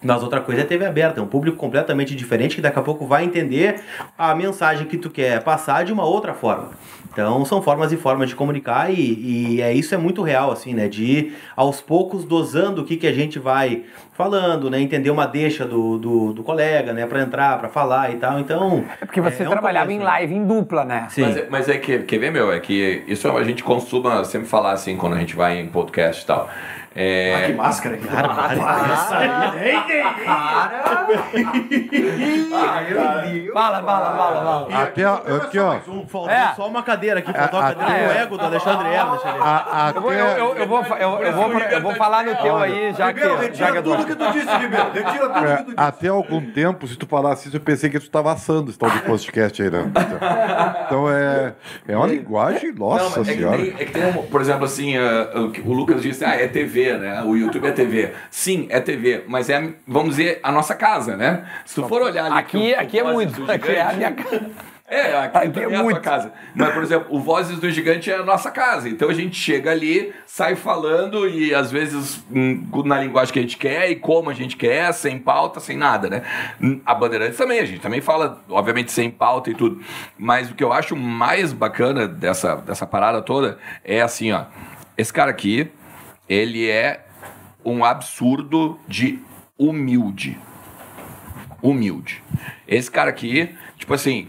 Mas outra coisa é TV aberta, é um público completamente diferente que daqui a pouco vai entender a mensagem que tu quer passar de uma outra forma. Então são formas e formas de comunicar e, e é isso é muito real, assim, né? De ir aos poucos dosando o que, que a gente vai falando, né? Entender uma deixa do, do, do colega, né? Pra entrar, pra falar e tal. Então.
É porque você
é um
trabalhava
começo,
em
né?
live, em dupla, né?
Sim.
Mas, é- mas é que, quer ver, meu? É que isso a gente consuma sempre falar assim quando a gente vai em podcast e tal. É,
Que máscara, cara.
*laughs*
Fala, fala, fala, fala.
até a- aqui, ó,
um, Faltou
É.
só uma cadeira aqui, faltou
Ah,
a cadeira do
ah, é.
ego do Alexandre Eva. deixa ele-
a-
Eu vou, eu,
até-
eu- eu vou, fa- eu, eu vou, eu vou falar no teu aí, já que.
Ribeiro,
Já
retira
que eu tô-
tudo que tu disse, Ribeiro. Retira tudo
é,
que tu disse.
até algum tempo, se tu falasse isso, eu pensei que tu estava assando esse tal de podcast aí, né? Então é, é uma linguagem,
Não,
nossa
mas é que,
senhora.
tem, é que tem um- por exemplo, assim, ah, o que- o Lucas disse, ah, é TV, né? O YouTube é TV. Sim, é TV, mas é, vamos dizer, a nossa casa, né? Se tu for olhar ali... que
Aqui,
o- o
aqui é
Vozes
muito.
do
Aqui é a
Gigante-
minha casa.
*laughs* É, aqui,
Aqui
também
é
é, a
muito.
tua casa. Mas, por exemplo, o Vozes do Gigante é a nossa casa. Então a gente chega ali, sai falando e às vezes hum, na linguagem que a gente quer e como a gente quer, sem pauta, sem nada, né? Hum, A Bandeirantes também, a gente também fala, obviamente, sem pauta e tudo. Mas o que eu acho mais bacana dessa, dessa parada toda é assim, ó. Esse cara aqui, ele é um absurdo de humilde. Humilde. Esse cara aqui, tipo assim,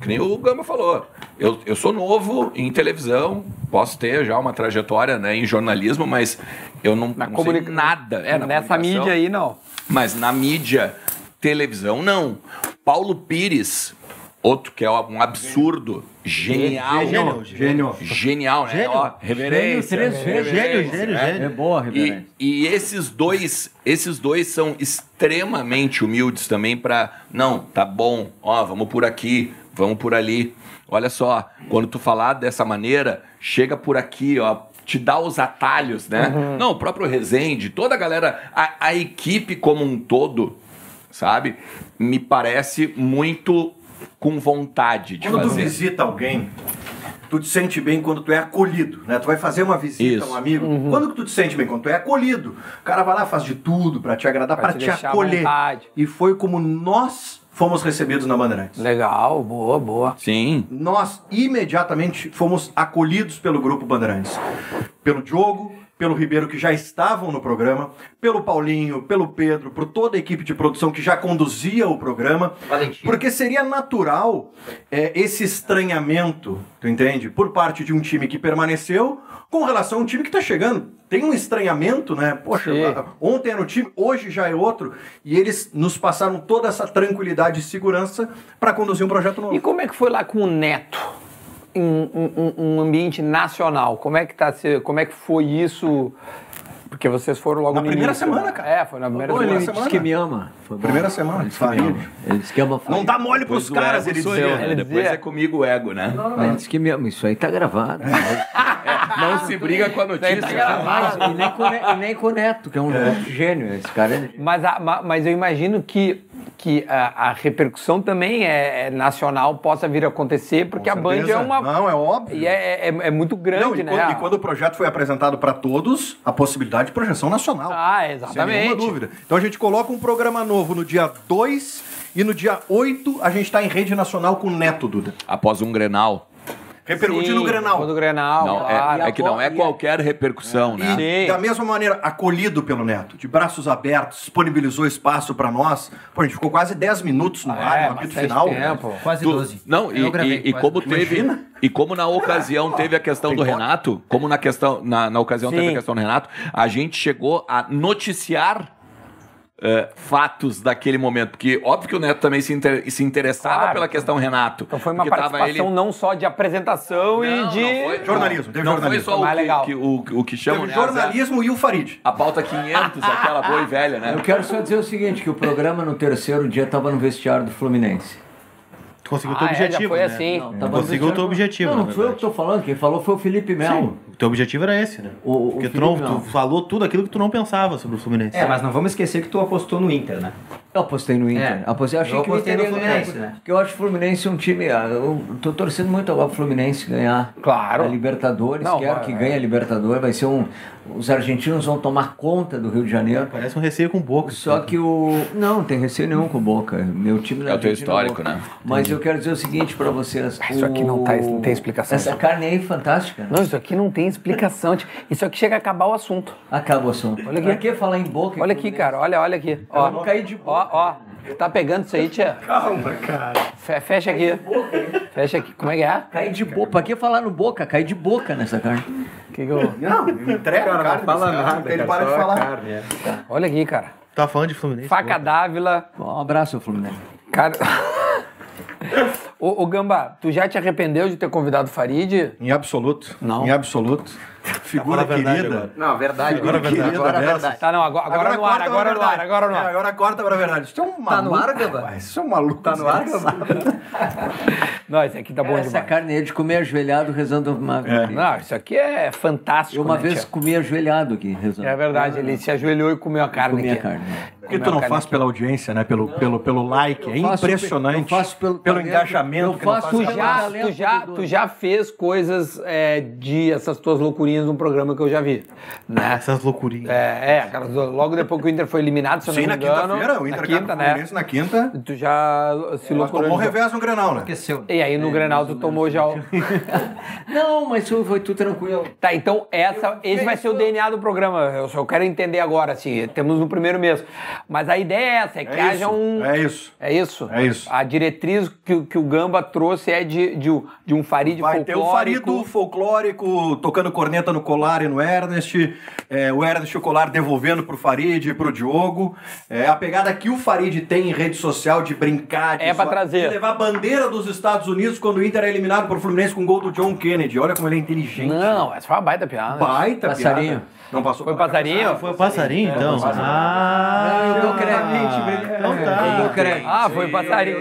que nem o Gama falou. Eu, eu sou novo em televisão, posso ter já uma trajetória né, em jornalismo, mas eu não,
Na
não
comunica-
sei nada. É, na
Nessa
comunicação.
mídia aí, não.
Mas na mídia, televisão, não. Paulo Pires, outro que é um absurdo, genial.
Gênio,
Gênio.
Genial, né?
Gênio.
Ó, reverência.
Gênio três vezes.
reverência,
Gênio,
né?
gênio,
É boa,
E,
Ribeiro.
e esses dois, esses dois são extremamente humildes também para não, tá bom, ó, vamos por aqui, vamos por ali. Olha só, quando tu falar dessa maneira, chega por aqui, ó. Te dá os atalhos, né? Não, o próprio Rezende, toda a galera, a, a equipe como um todo, sabe? Me parece muito com vontade de
um-
Quando tu
fazer.
visita alguém, tu te sente bem quando tu é acolhido, né? Tu vai fazer uma visita a
Isso.
um amigo.
Uhum.
Quando que tu te sente bem? Quando tu é acolhido. O cara vai lá, faz de tudo pra te agradar,
Pra
pra,
te
te,
deixar à
acolher.
vontade.
E foi como nós fomos recebidos na Bandeirantes.
Legal, boa, boa.
Sim.
Nós imediatamente fomos acolhidos pelo grupo Bandeirantes. Pelo Diogo, pelo Ribeiro, que já estavam no programa, pelo Paulinho, pelo Pedro, por toda a equipe de produção que já conduzia o programa.
Valentim.
Porque seria natural é, esse estranhamento, tu entende? Por parte de um time que permaneceu com relação a um time que tá chegando. Tem um estranhamento, né? Poxa,
Sim.
a- ontem era um time, hoje já é outro. E eles nos passaram toda essa tranquilidade e segurança para conduzir um projeto novo.
E como é que foi lá com o Neto? Em um, um- um ambiente nacional, como é que tá se, como é que foi isso? Porque vocês foram logo
Na
no
primeira
início,
semana,
né?
cara.
É, foi na primeira
Pô,
semana.
ele-
Diz que me ama. Foi bom.
Primeira semana,
Ele disse que me
família.
ama. Ele disse que ama.
Não dá mole
Depois
pros
é,
do
caras,
ego
ele
sou
dizia.
eu, né?
Ele
Depois
dizia.
é comigo o ego, né?
Ele disse que me ama. Isso aí tá gravado.
É.
Não se briga com a notícia.
Mas, e, nem com, o Ne- e nem com o Neto, que é um gênio. Esse cara é
Mas, a- ma- mas eu imagino que, que a, a repercussão também é, é nacional, possa vir a acontecer, porque a
Com
Band é
certeza.
uma.
Não, é óbvio.
E é, é, é muito grande,
Não, e,
né?
quando, e quando o projeto foi apresentado para todos, a possibilidade de projeção nacional.
Ah,
Sem nenhuma
exatamente.
dúvida. Então a gente coloca um programa novo no dia 2 e no dia 8 a gente está em rede nacional com o Neto, Duda.
Após um Grenal.
Repercute
Sim,
no
No
Grenal.
Grenal,
Não, é-
claro. É,
é, que não é
e a-
qualquer repercussão, né?
Sim.
E da mesma maneira, acolhido pelo Neto, de braços abertos, disponibilizou espaço para nós. Pô, a gente ficou quase 10 minutos
Ah,
no ar, no apito
bastante
final.
é,
né?
tempo.
Quase
Tu-
12.
Não,
Eu
e,
gravei
e- e
quase
como
12.
teve. E como na ocasião teve a questão do Renato, como na questão, na, na ocasião teve
Sim.
a questão do Renato, a gente chegou a noticiar eh, fatos daquele momento. Porque óbvio que o Neto também se, inter- se interessava
Claro.
pela questão Renato.
Então foi uma
porque tava
participação não só de apresentação e
Não,
de.
não foi-
Jornalismo, teve
não
jornalismo.
foi só o
Mais
que,
legal.
que- o, o que chamam,
Teve
né,
jornalismo e o Farid.
A pauta 500, aquela boa e velha, né?
Eu quero só dizer o seguinte, que o programa no terceiro dia estava no vestiário do Fluminense.
Conseguiu o
Ah,
teu
é, já
objetivo.
foi
né?
assim.
Não,
Conseguiu
no vestiário-
o teu objetivo,
Não,
na
não foi eu que
verdade.
estou falando, quem falou foi o Felipe Melo.
Sim, o teu objetivo era esse, né?
O- o
Porque tu,
Felipe
não, tu
não.
falou tudo aquilo que tu não pensava sobre o Fluminense.
É, mas não vamos esquecer que tu apostou no Inter, né?
Eu apostei no Inter.
É.
Apostei, achei
Eu
que o
apostei
Inter ia
no
ganhar.
Fluminense, né?
Porque eu acho o Fluminense um time. ah, Eu tô torcendo muito agora o Fluminense ganhar.
Claro.
A Libertadores.
Não,
Quero
vai,
que
vai.
ganhe a Libertadores. Vai ser um. Os argentinos vão tomar conta do Rio de Janeiro.
Parece um receio com o boca.
Só que o. Não, não tem receio nenhum com o Boca. Meu time da
É o teu
Argentina
histórico,
é o Boca.
né?
Mas eu quero dizer o seguinte pra vocês.
Isso aqui não tá- não tem explicação.
Essa carne aí é fantástica.
Não, isso aqui não tem explicação. tio. Isso aqui chega a acabar o assunto.
Acaba o assunto.
Olha aqui.
Pra que falar em Boca? e
Olha aqui,
Fluminense?
cara. Olha, olha aqui. Ó,
Eu não caí de boca.
Ó, ó. Tá pegando isso aí, tia? Calma, cara. fecha aqui. Fecha aqui. Como é que é?
Cair de boca. Pra que falar no Boca? Cair de boca nessa carne.
Que que eu-
Não, entrega a carne. desse cara, ele para de falar.
Olha aqui, cara.
Tá fã de Fluminense?
Faca d'Ávila.
Um abraço, Fluminense.
Cara. *laughs* ô, ô, Gamba, tu já te arrependeu de ter convidado o Farid?
Em absoluto.
Não.
Em absoluto. *laughs* é Figura querida. é
Não, verdade. é
Figura querida dessa.
Tá, não, agora, agora, no ar,
corta pra
agora no ar,
verdade.
agora no
É,
ar.
agora corta pra verdade. Isso é um maluco.
no ar, Gamba?
rapaz. Isso é um maluco. Tá no ar,
Não, isso aqui tá bom
Essa
demais.
carne aí de comer ajoelhado rezando uma
Não, isso aqui é fantástico.
Eu uma
né,
vez
tia?
comi ajoelhado aqui rezando.
É verdade, é ele se ajoelhou e comeu a carne
Comi a
aqui.
carne. né?
O que tu não faz pela audiência, né? Pelo, pelo, pelo like. É
faço pe-
impressionante.
eu faço pelo talento,
engajamento.
eu
que não
faço
Tu
faz.
Pelo
já,
talento
tu, já,
do-
tu já fez coisas é, de essas tuas loucurinhas num programa que eu já vi. Né?
Essas loucurinhas.
É, é, aquelas- logo depois que o Inter foi eliminado, se eu não me
Sim, na
engano.
quinta-feira. O
na
Inter
quinta, né?
Fluminense na quinta.
Tu já se
Mas
loucurou.
tomou revés no Grenal, né?
Esqueceu.
E aí no Grenal tu tomou já o.
Não, mas isso foi tudo tranquilo.
Tá, então essa, esse vai ser o DNA do programa. Eu só quero entender agora, assim, temos no primeiro mês. Mas a ideia é essa, é que
É
haja
isso,
um.
é isso.
É isso?
É isso.
A diretriz que, que o Gamba trouxe é de, de, um- de um farid
Vai
folclórico.
ter o Farido folclórico tocando corneta no Colar e no Ernest, é, o Ernest e o Colar devolvendo pro Farid e pro Diogo. É, a pegada que o Farid tem em rede social de brincar, de,
É pra
zoar,
trazer.
de levar a bandeira dos Estados Unidos quando o Inter é eliminado pro Fluminense com gol do John Kennedy. Olha como ele é inteligente.
Não, essa foi uma baita piada.
Baita
Passarinho.
piada. Não passou
Foi
pela
passarinho?
Foi o passarinho, então? Ah,
Eu dou crédito.
então tá.
Eu dou crédito.
Ah, foi passarinho.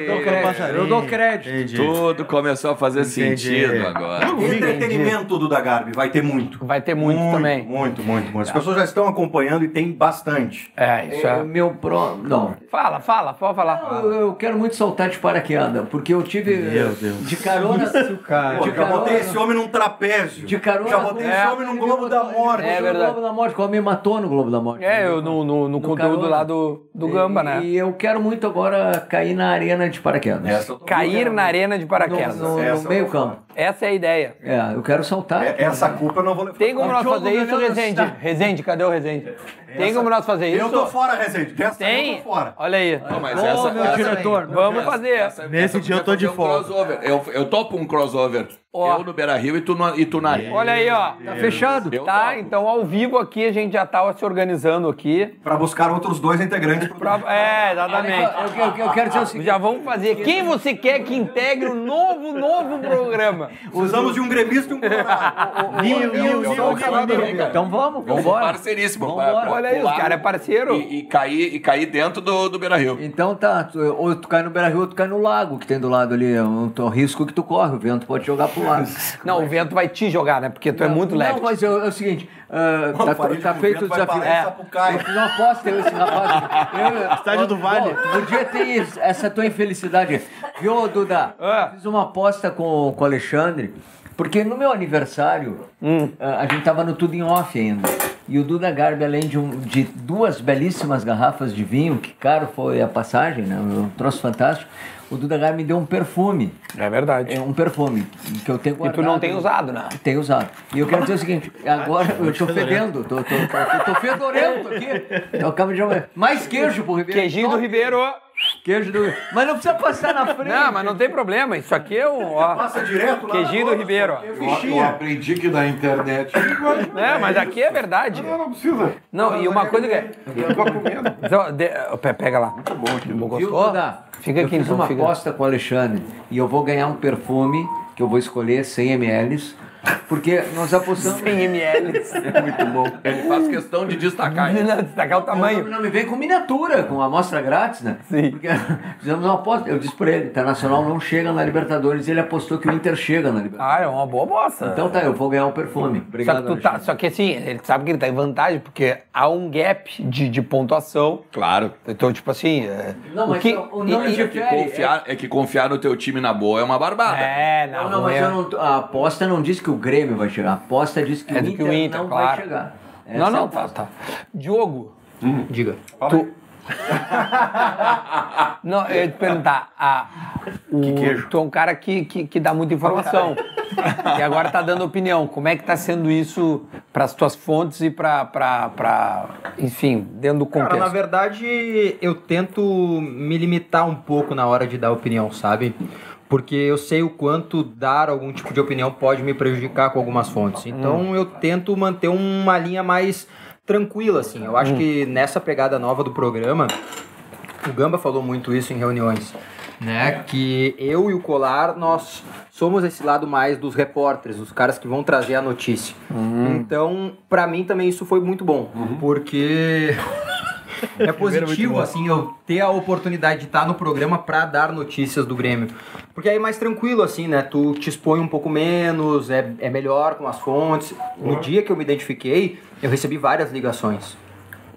Eu dou crédito.
É,
Entendi.
Tudo começou a fazer
Entendi.
sentido agora.
Entretenimento do da Garbi vai ter muito.
Vai ter muito, também. Tá.
Muito, muito, muito. As pessoas já estão acompanhando e tem bastante.
É, isso
É,
é.
meu pro... Não.
Fala, fala, pode falar.
Eu, eu quero muito soltar de paraquedas, porque eu tive.
Meu Deus.
De carona.
Pô,
De
Tipo, já botei
carona.
esse homem num trapézio.
De carona.
Já botei esse homem num Globo da Morte.
É
É verdade.
verdade.
No Globo da Morte, como me matou no Globo da Morte.
É, eu no, no, no
No
conteúdo
Carona.
lá do, do Gamba,
e,
né?
E eu quero muito agora cair na arena de paraquedas.
Essa eu tô-
Cair na arena de paraquedas.
No, no-
Essa
no
eu
meio
vou
campo.
Essa é a ideia.
É, eu quero saltar.
É, Essa culpa eu não vou levar.
Tem como
O
nós
jogo
fazer
do
isso,
Leandro
Resende?
está-
Resende, cadê o Resende? Tem como nós fazer isso?
Eu tô fora, Rezende. Dessa eu
Tem?
tô fora.
Olha aí.
Não, mas
Ô,
essa,
meu
essa-
diretor,
essa-
Vamos fazer.
Nesse dia eu tô de
um
folga.
crossover. Eu, eu topo um crossover.
Ó.
Eu no Beira Rio e tu, no, e tu na areia.
Olha aí, ó.
Tá fechado.
Eu
Tá,
topo.
então ao vivo aqui a gente já tá se organizando aqui.
Pra buscar outros dois integrantes. pro-
Pra- É,
Eu,
exatamente.
eu- eu quero dizer o seguinte.
Já vamos fazer. Quem você quer que integre o novo, novo programa?
Precisamos de um gremista
*laughs*
e um colorado.
Ah,
Eu- eu- eu- eu- eu- eu-
Então vamos,
eu-
vambora.
Parceiríssimo.
Vambora.
pra- pra
Olha aí, os
pular
cara é parceiro.
E, e cair, e cair dentro do, do Beira Rio.
Então tá, tu- ou tu cai no Beira Rio ou tu cai no lago que tem do lado ali. É um, é um risco que tu corre, o vento pode jogar pro lado.
Não, o vento vai te jogar, né? Porque tu é muito
não,
leve.
mas é, o- é o seguinte, ah,
Não,
tá,
Farid,
tá
o
feito
vento
o
vai
desafio.
parar em Sapucaia.
eu fiz uma aposta eu, esse rapaz. Eu-
Estádio do
Ó,
Vale.
ó, Podia ter isso, essa tua infelicidade. Viu, Duda?
Ah.
Eu Fiz uma aposta com, com o Alexandre, porque no meu aniversário,
Hum.
ah, a gente tava no Tudo em Off ainda. E o Duda Garbi, além de, um- de duas belíssimas garrafas de vinho, que caro foi a passagem, né? Um troço fantástico. O Duda Garbi me deu um perfume.
É verdade.
É um perfume que eu tenho
E
guardado.
tu não tem usado, né?
Tem usado. E eu quero dizer o seguinte, agora eu tô fedendo, tô, tô, tô, tô fedorento aqui. Eu acabo de chamar. Mais queijo pro Ribeiro.
Queijinho do
Top.
Ribeiro.
Queijo do Mas não precisa
*laughs*
passar na frente.
Não, mas não tem problema. Isso aqui é um. Ó,
Passa direto lá.
queijinho do
na-
Ribeiro. ó.
Eu, eu aprendi que na *laughs* internet.
É, mas aqui é verdade.
Não, não precisa.
Não, e uma coisa que. é-
Eu tô comendo.
Então, de- ó, pe- Pega lá. Muito bom aqui.
Viu,
Gostou?
Duda?
Fica
eu
aqui
fiz
então,
uma
fica.
aposta com o Alexandre e eu vou ganhar um perfume que eu vou escolher 100 ml, porque nós apostamos... É
100 ml.
*laughs* Muito bom.
Ele faz questão
*laughs*
de destacar.
Uhum.
isso.
Destacar tá é o
Não,
tamanho.
não me vem com miniatura, com amostra grátis, né?
Sim.
Porque fizemos uma aposta. Eu disse pra ele, Internacional não chega na Libertadores e ele apostou que o Inter chega na Libertadores.
Ah, é uma boa bosta.
Então tá, eu vou ganhar o perfume.
Só que,
Obrigado,
tu tá-
Alexandre.
só que assim, ele sabe que ele tá em vantagem, porque há um gap de, de pontuação.
Claro.
Então, tipo assim. é-
Não,
o
mas um-
que,
o não tipo-
e-
Mas
e-
é que,
difere,
confiar, é que confiar no teu time na boa é uma barbada.
É, não,
Não, não, mas
é-
eu não tô- a aposta não diz que o Grêmio vai chegar. A aposta diz que,
É
o,
do
Inter
que o Inter,
não vai
claro.
chegar.
Não,
Essa é
não,
a
tá,
aposta.
tá. Diogo,
Diga.
tu. *laughs* Não, eu ia te perguntar. A, o, Tu é um cara que, que, que dá muita informação. E agora tá dando opinião. Como é que tá sendo isso pras tuas fontes e pra. pra, pra enfim, dentro do
Cara, na
contexto?
verdade, eu tento me limitar um pouco na hora de dar opinião, sabe? Porque eu sei o quanto dar algum tipo de opinião pode me prejudicar com algumas fontes. Então eu tento manter uma linha mais tranquila, assim. Eu acho que nessa pegada nova do programa, o Gamba falou muito isso em reuniões, né? Que eu e o Colar, nós somos esse lado mais dos repórteres, os caras que vão trazer a notícia. Então, pra mim também isso foi muito bom, porque é positivo, assim, eu ter a oportunidade de estar no programa pra dar notícias do Grêmio. Porque aí é mais tranquilo, assim, né? Tu te expõe um pouco menos, é, é melhor com as fontes. No dia que eu me identifiquei, eu recebi várias ligações.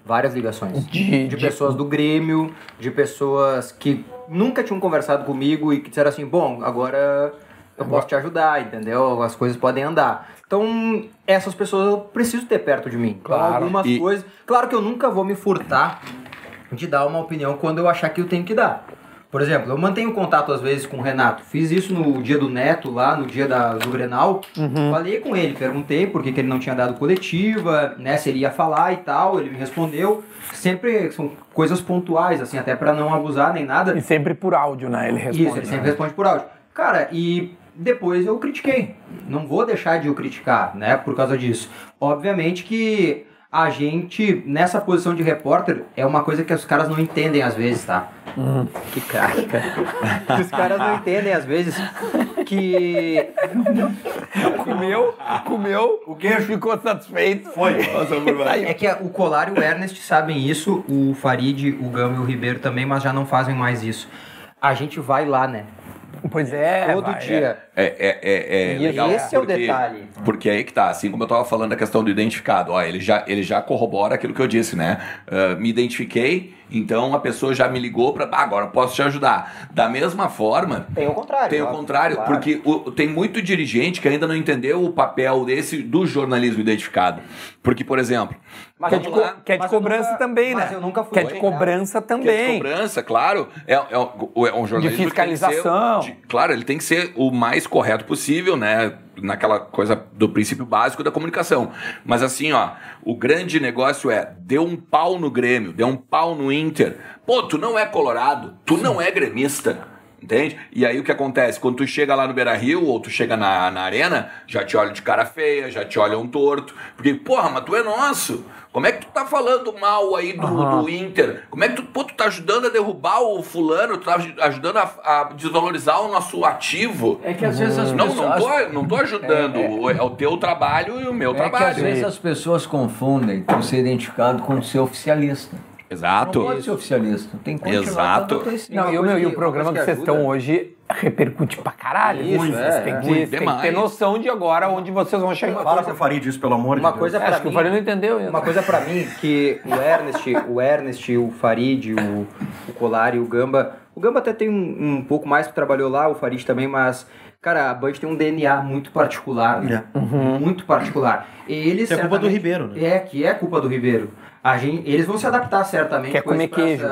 Várias ligações.
De-
de
de-
pessoas do Grêmio, de pessoas que nunca tinham conversado comigo e que disseram assim, bom, agora eu posso te ajudar, entendeu? As coisas podem andar. Então, essas pessoas eu preciso ter perto de mim. Então,
Claro,
algumas
e-
coisas. Claro que eu nunca vou me furtar de dar uma opinião quando eu achar que eu tenho que dar. Por exemplo, eu mantenho contato às vezes com o Renato. Fiz isso no dia do Neto, lá no dia da- do Grenal. Falei com ele, perguntei por que, que ele não tinha dado coletiva, né? Se ele ia falar e tal. Ele me respondeu. Sempre são coisas pontuais, assim, até pra não abusar nem nada.
E sempre por áudio, né? Ele responde.
Isso, ele sempre
né?
responde por áudio. Cara, e depois eu critiquei. Não vou deixar de o criticar, né, por causa disso. Obviamente que a gente, nessa posição de repórter, é uma coisa que os caras não entendem às vezes, tá? Que cara, cara. Os caras não entendem às vezes que
Comeu, comeu, o queijo ficou satisfeito. Foi.
É que o Colar e o Ernest sabem isso, o Farid, o Gama e o Ribeiro também, mas já não fazem mais isso. A gente vai lá, né?
Pois é.
Todo
vai,
dia.
É, é, é, é
E
legal.
esse é o detalhe.
Porque aí que tá, assim como eu tava falando da questão do identificado, ó, ele já, ele já corrobora aquilo que eu disse, né? Ah, me identifiquei, então a pessoa já me ligou pra. Ah, agora eu posso te ajudar. Da mesma forma,
Tem o contrário.
tem o
óbvio,
contrário,
claro.
porque o- tem muito dirigente que ainda não entendeu o papel desse do jornalismo identificado. Porque, por exemplo,
Mas
Quer
vamos
de co-
lá.
Que é de
Mas eu
cobrança
nunca-
também, né?
Mas eu nunca fui.
Que é de cobrança
que é de
também.
cobrança, claro, é, é um, é um jornalismo
De fiscalização.
que tem que ser- de- claro, ele tem que ser o mais correto possível, né? Naquela coisa do princípio básico da comunicação. Mas assim, ó, o grande negócio é deu um pau no Grêmio, deu um pau no Inter. Pô, tu não é colorado, tu não é gremista. Entende? E aí o que acontece? Quando tu chega lá no Beira Rio ou tu chega na, na arena, já te olham de cara feia, já te olham torto. Porque, porra, mas tu é nosso. Como é que tu tá falando mal aí do, do Inter? Como é que tu, pô, tu tá ajudando a derrubar o fulano? Tu tá aj- ajudando a, a desvalorizar o nosso ativo?
É que às vezes as
Não,
pessoas.
não tô, não tô ajudando. É, o teu trabalho e o meu
é que às
trabalho.
vezes as pessoas confundem tu ser identificado com ser oficialista. Não
Exato.
pode ser oficialista. Tem que continuar
Exato.
dando a tua essência.
Não,
Uma
e, o
coisa
meu, e o
que-
programa
uma
do
coisa que
Sextão
ajuda.
hoje repercute pra caralho.
Isso,
muito.
é,
Vocês têm
é.
que,
Muito
tem que ter
demais.
noção de agora onde vocês vão chegar. É,
Fala que eu faria disso, pelo amor
Uma
de Deus.
coisa pra
Acho que o
mim.
Faria não entendeu ainda.
Uma coisa pra mim que o Ernest, o Ernest, o Farid, o, o Colari, o Gamba. O Gamba até tem um, um pouco mais que trabalhou lá, o Farid também, mas. Cara, a Band tem um DNA muito particular, né? Muito particular. E eles,
Isso é culpa do
certamente-
Ribeiro, né?
É, que é culpa do Ribeiro. A gente, eles vão se adaptar certamente.
Quer
com
comer
esse
queijo.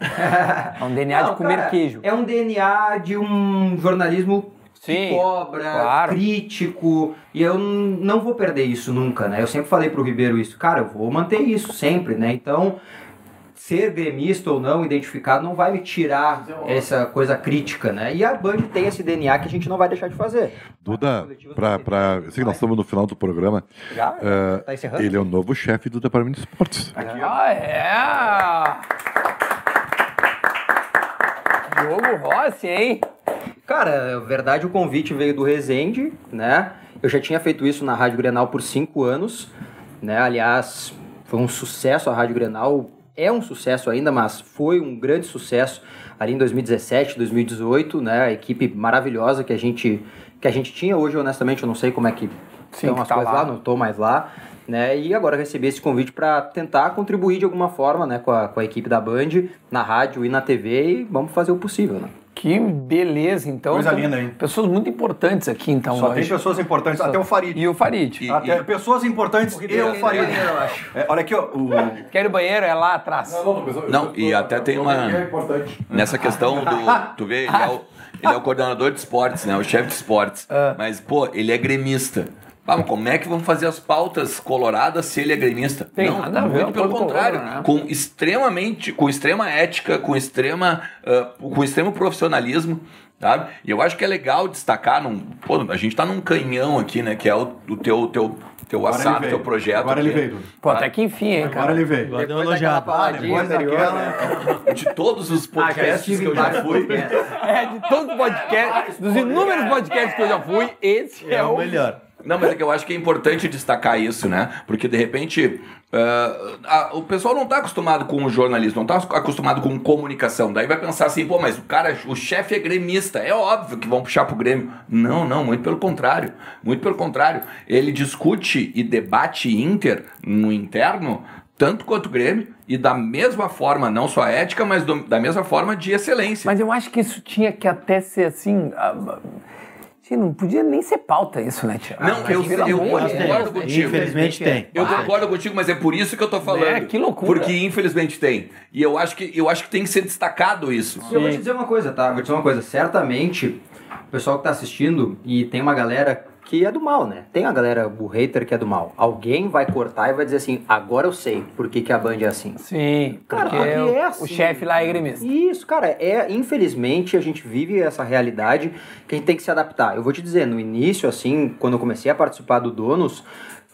essa-
É um DNA de
Não,
comer
cara,
queijo.
É um DNA de um jornalismo
Sim,
que cobra,
claro.
crítico. E eu n- não vou perder isso nunca, né? Eu sempre falei pro Ribeiro isso. Cara, eu vou manter isso sempre, né? Então, ser gremista ou não, identificado, não vai me tirar essa coisa crítica, né? E a Band tem esse DNA que a gente não vai deixar de fazer.
Duda, pra, pra, eu sei que nós estamos no final do programa.
Já?
eh,
Tá encerrando?
ele é o novo chefe do Departamento de Esportes.
Ah, é! Diogo Rossi, hein?
Cara, na verdade, o convite veio do Resende, né? Eu já tinha feito isso na Rádio Grenal por cinco anos, né? Aliás, foi um sucesso a Rádio Grenal. É um sucesso ainda, mas foi um grande sucesso ali em 2017, 2018, né? A equipe maravilhosa que a gente, que a gente tinha. Hoje, honestamente, eu não sei como é que
Sim,
estão
que
as
tá
coisas
lá.
lá. não tô mais lá. Né? E agora recebi esse convite para tentar contribuir de alguma forma né, com, a, com a equipe da Band, na rádio e na TV, e vamos fazer o possível. Né?
Que beleza, então.
Coisa
Tem
linda, hein?
Pessoas muito importantes aqui, então,
Só tem
hoje.
pessoas importantes, até o Farid.
E o Farid.
E-
Até pessoas importantes e o Farid.
Eu acho.
É, olha aqui, ó. o-
Quer ir ao banheiro? É lá atrás.
Não, e até tem uma. Nessa
Ah,
questão do. Tu vê, ele é o, ele é o coordenador de esportes, né? O chefe de esportes.
Ah.
Mas, pô, ele é gremista. Ah, mas como é que vamos fazer as pautas coloradas se ele é gremista?
Tem
não,
nada a ver
muito
uma
pelo
coisa com a
contrário,
outra, né?
com extremamente, com extrema ética, com extrema, ah, com extremo profissionalismo, sabe? E eu acho que é legal destacar, num, pô, a gente tá num canhão aqui, né? Que é o, o teu, teu, teu
Agora
assado,
ele veio.
teu projeto. é-
Agora ele
aqui.
veio.
Pô, até que enfim, hein,
Agora
cara.
ele veio. é
Agora deu uma elogiada.
Depois daquela.
De todos
Ah,
os podcasts que eu já fui.
É, de todos os podcasts, dos inúmeros podcasts que eu já fui, esse é,
É
o.
o melhor.
Não, mas é que eu acho que é importante destacar isso, né? Porque de repente ah, a- o pessoal não tá acostumado com o jornalismo, não tá acostumado com comunicação. Daí vai pensar assim, pô, mas o cara, o chefe é gremista, é óbvio que vão puxar pro Grêmio. Não, não, muito pelo contrário. Muito pelo contrário. Ele discute e debate Inter no interno, tanto quanto o Grêmio, e da mesma forma, não só ética, mas do- da mesma forma de excelência.
Mas eu acho que isso tinha que até ser assim. ah, ah, gente, não podia nem ser pauta isso, né, Tia?
Não, eu- eu-
né?
Mas tem.
Concordo contigo.
Infelizmente tem.
Eu concordo contigo, mas é por isso que eu tô falando.
Né? Que loucura.
Porque infelizmente tem. E eu acho que eu acho que tem que ser destacado isso.
Eu vou te dizer uma coisa, tá? Vou te dizer uma coisa. Certamente, o pessoal que tá assistindo, e tem uma galera que é do mal, né? Tem a galera, o hater que é do mal. Alguém vai cortar e vai dizer assim, agora eu sei por que, que a Band é assim.
Sim,
Cara,
porque
aqui
o,
é
o
assim.
chefe lá é gremista.
Isso, cara, é infelizmente a gente vive essa realidade que a gente tem que se adaptar. Eu vou te dizer, no início, assim, quando eu comecei a participar do Donos,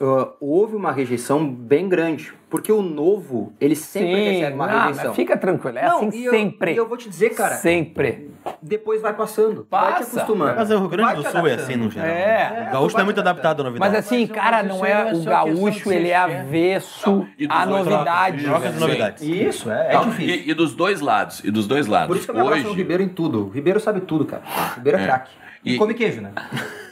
ah, houve uma rejeição bem grande
Porque o novo, ele sempre recebe uma
não,
rejeição.
Ah, mas fica tranquilo. É assim
e eu-
sempre.
e eu vou te dizer, cara,
Sempre.
depois vai passando. Vai te
Passa.
acostumando.
Mas o Rio Grande
Vai
do
te
Sul é
adaptando.
assim no geral.
É.
né? O gaúcho tá muito adaptado à novidade.
Mas assim,
Mas eu-
cara,
mas
não
isso
é,
não é
o
só questão de
gaúcho,
ser
ele é
esperto.
avesso
e dos
à
dois
novidades.
Trocas de
velho.
novidades.
Isso, é, é
Não,
difícil.
e, e dos dois lados, e dos dois lados.
Por isso que eu me abraço no
Hoje,
Ribeiro em tudo. O Ribeiro sabe tudo, cara. O Ribeiro é, craque. E,
E-
come queijo, né?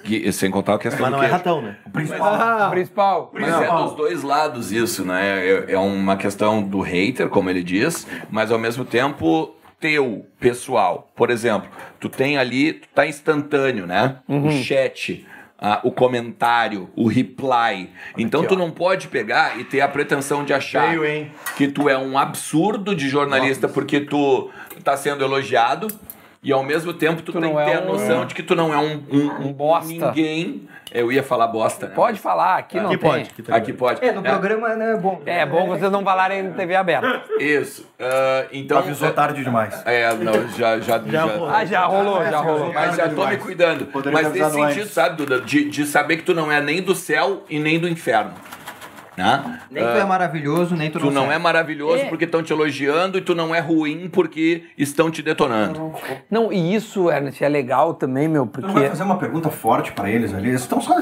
que- sem contar a questão
Mas
do
não é
queijo.
ratão, né?
O Tá. Principal.
Mas é dos dois lados isso, né? É, é uma questão do hater, como ele diz, mas ao mesmo tempo teu, pessoal. Por exemplo, tu tem ali, tu tá instantâneo, né? O chat. ah, o comentário, o reply. Então tu não pode pegar e ter a pretensão de achar
Veio, hein?
que tu é um absurdo de jornalista porque tu tá sendo elogiado e ao mesmo tempo tu, tem
não
que ter
é
a
um-
noção de que tu não é um, um, um
bosta.
ninguém. Eu ia falar bosta, né?
Pode falar, aqui não
Aqui
tem.
pode. Aqui tá
Aqui pode.
É, no programa né, é bom.
É bom vocês não falarem em TV aberta.
Isso. Ah, então.
Avisou tá? tarde demais.
É, não, já.
*laughs*
Já, já,
Ah, já rolou, já rolou.
Mas já tô me cuidando.
Poderia
Mas
ter
nesse
avisado
sentido,
antes.
sabe, Duda? De, de saber que tu não é nem do céu e nem do inferno. Né?
Nem tu é maravilhoso, nem tu,
Tu não
serve.
é maravilhoso porque estão te elogiando e tu não é ruim porque estão te detonando.
Não, e isso, Ernest, é legal também, meu,
Tu não vai
porque.
fazer uma pergunta forte pra eles ali? Eles estão só.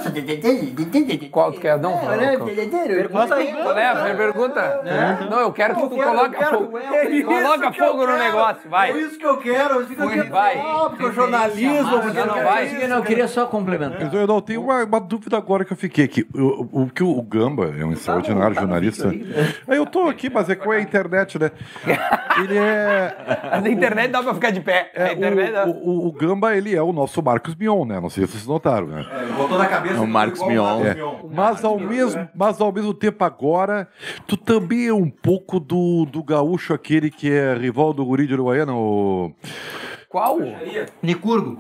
Qual tu quer? Não,
É, né,
não.
Pergunta aí.
Leva, me é pergunta. É? Não, eu quero que tu coloca fogo. *laughs* Coloca fogo no negócio,
É
vai.
isso que eu quero. Fica
Vai.
Ah, porque eu jornalismo. porque
Não,
eu
não
quero
vai.
isso.
Eu não, eu queria só complementar.
Mas Então, eu não tenho uma, uma dúvida agora que eu fiquei aqui. O, o- o que o Gamba é um
Ah,
extraordinário jornalista.
né?
É, Eu tô aqui, mas é com a internet, né?
*laughs*
Ele é.
Mas a internet dá pra ficar de pé.
é,
A internet dá.
o, o- o Gamba, ele é o nosso Marcos Mion, né? Não sei se vocês notaram, né?
É, ele Botou na cabeça.
O Marcos
igual o Marcos
É. Mas ao, mesmo, mas ao mesmo tempo agora, tu também é um pouco do, do gaúcho aquele que é rival do guri de Uruguaiana, o...
Qual?
Nicurgo.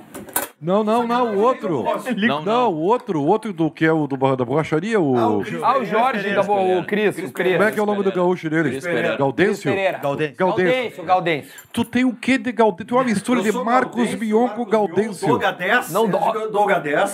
Não, não, não, o outro.
Não,
Não, o outro, o outro do que é o do, Barra da borracharia, o...
Ah, o Jorge, tá bom, o Cris, o Cris.
Como é que é o nome do gaúcho dele?
Cris Pereira.
Cris
Gaudêncio?
Pereira.
Gaudêncio.
Gaudêncio, Gaudêncio.
Tu tem o quê de Gaudêncio? Tu é uma mistura de Marcos Mion com Gaudêncio.
Doga 10.
Não,
Não,
Dó-
Doga 10.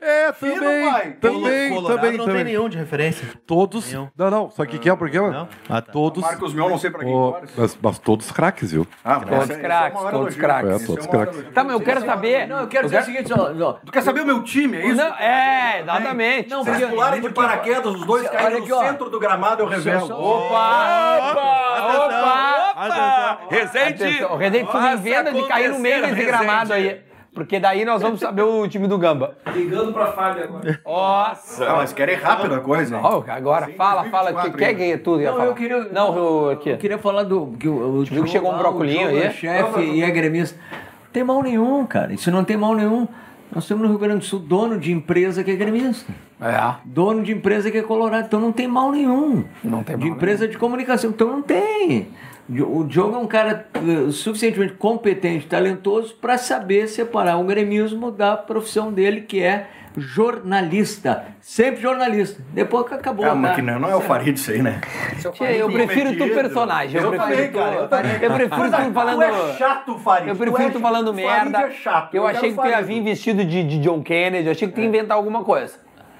É,
pai.
também, também,
Colorado
também,
não tem
também.
nenhum de referência.
Todos...
Nenhum.
Não, não, sabe o que que é o
Não?
programa?
Ah, tá.
Todos...
Marcos Mion, não sei pra quem.
Ó,
claro.
mas, mas todos craques, viu?
Ah,
Todos craques, todos craques.
É, todos craques.
Tá, mas eu quero saber.
Não, eu quero dizer o seguinte, ó, ó.
Tu Tá, quer saber o meu time, é isso?
Não, é, exatamente.
Não,
Se Vocês pularem de paraquedas, os dois
olha
caíram
aqui,
no
ó.
centro do gramado, eu revelo.
Opa! Opa! Opa!
Atenção.
Resende!
Atenção, Resende, tu me venda de cair no meio desse
acontecer,
gramado aí.
Resende.
Porque daí nós vamos saber o time do Gamba.
Ligando pra Fábio agora.
Ó,
Ah, mas querem rápido a coisa.
ó, agora, fala, fala. Que, quer que tudo ia
Não,
falar.
eu queria-
Não, o-
Eu
aqui.
queria falar do. Que o, o
viu que chegou um brocolinho aí?
O chefe e é gremista. Não tem mal nenhum, cara. Isso não tem mal nenhum. Nós temos no Rio Grande do Sul dono de empresa que é gremista.
É.
Dono de empresa que é colorado. Então não tem mal nenhum.
Não tem
De
mal
empresa de comunicação. Então não tem. O Diogo é um cara eh, suficientemente competente, talentoso, para saber separar o gremismo da profissão dele, que é jornalista. Sempre jornalista. Depois que acabou.
É, mas
tá?
que não, não é o Farid isso aí, né?
Tia, eu prefiro tu
Metido.
personagem. Eu
Eu também,
prefiro tu.
cara, eu também.
Eu prefiro tu falando.
Tu é chato, Farid.
Eu prefiro tu falando
Farid é
merda.
chato,
Eu
eu
achei
quero
que tu ia
Farid.
vir vestido de, de John Kennedy. Eu achei que tu ia inventar alguma coisa.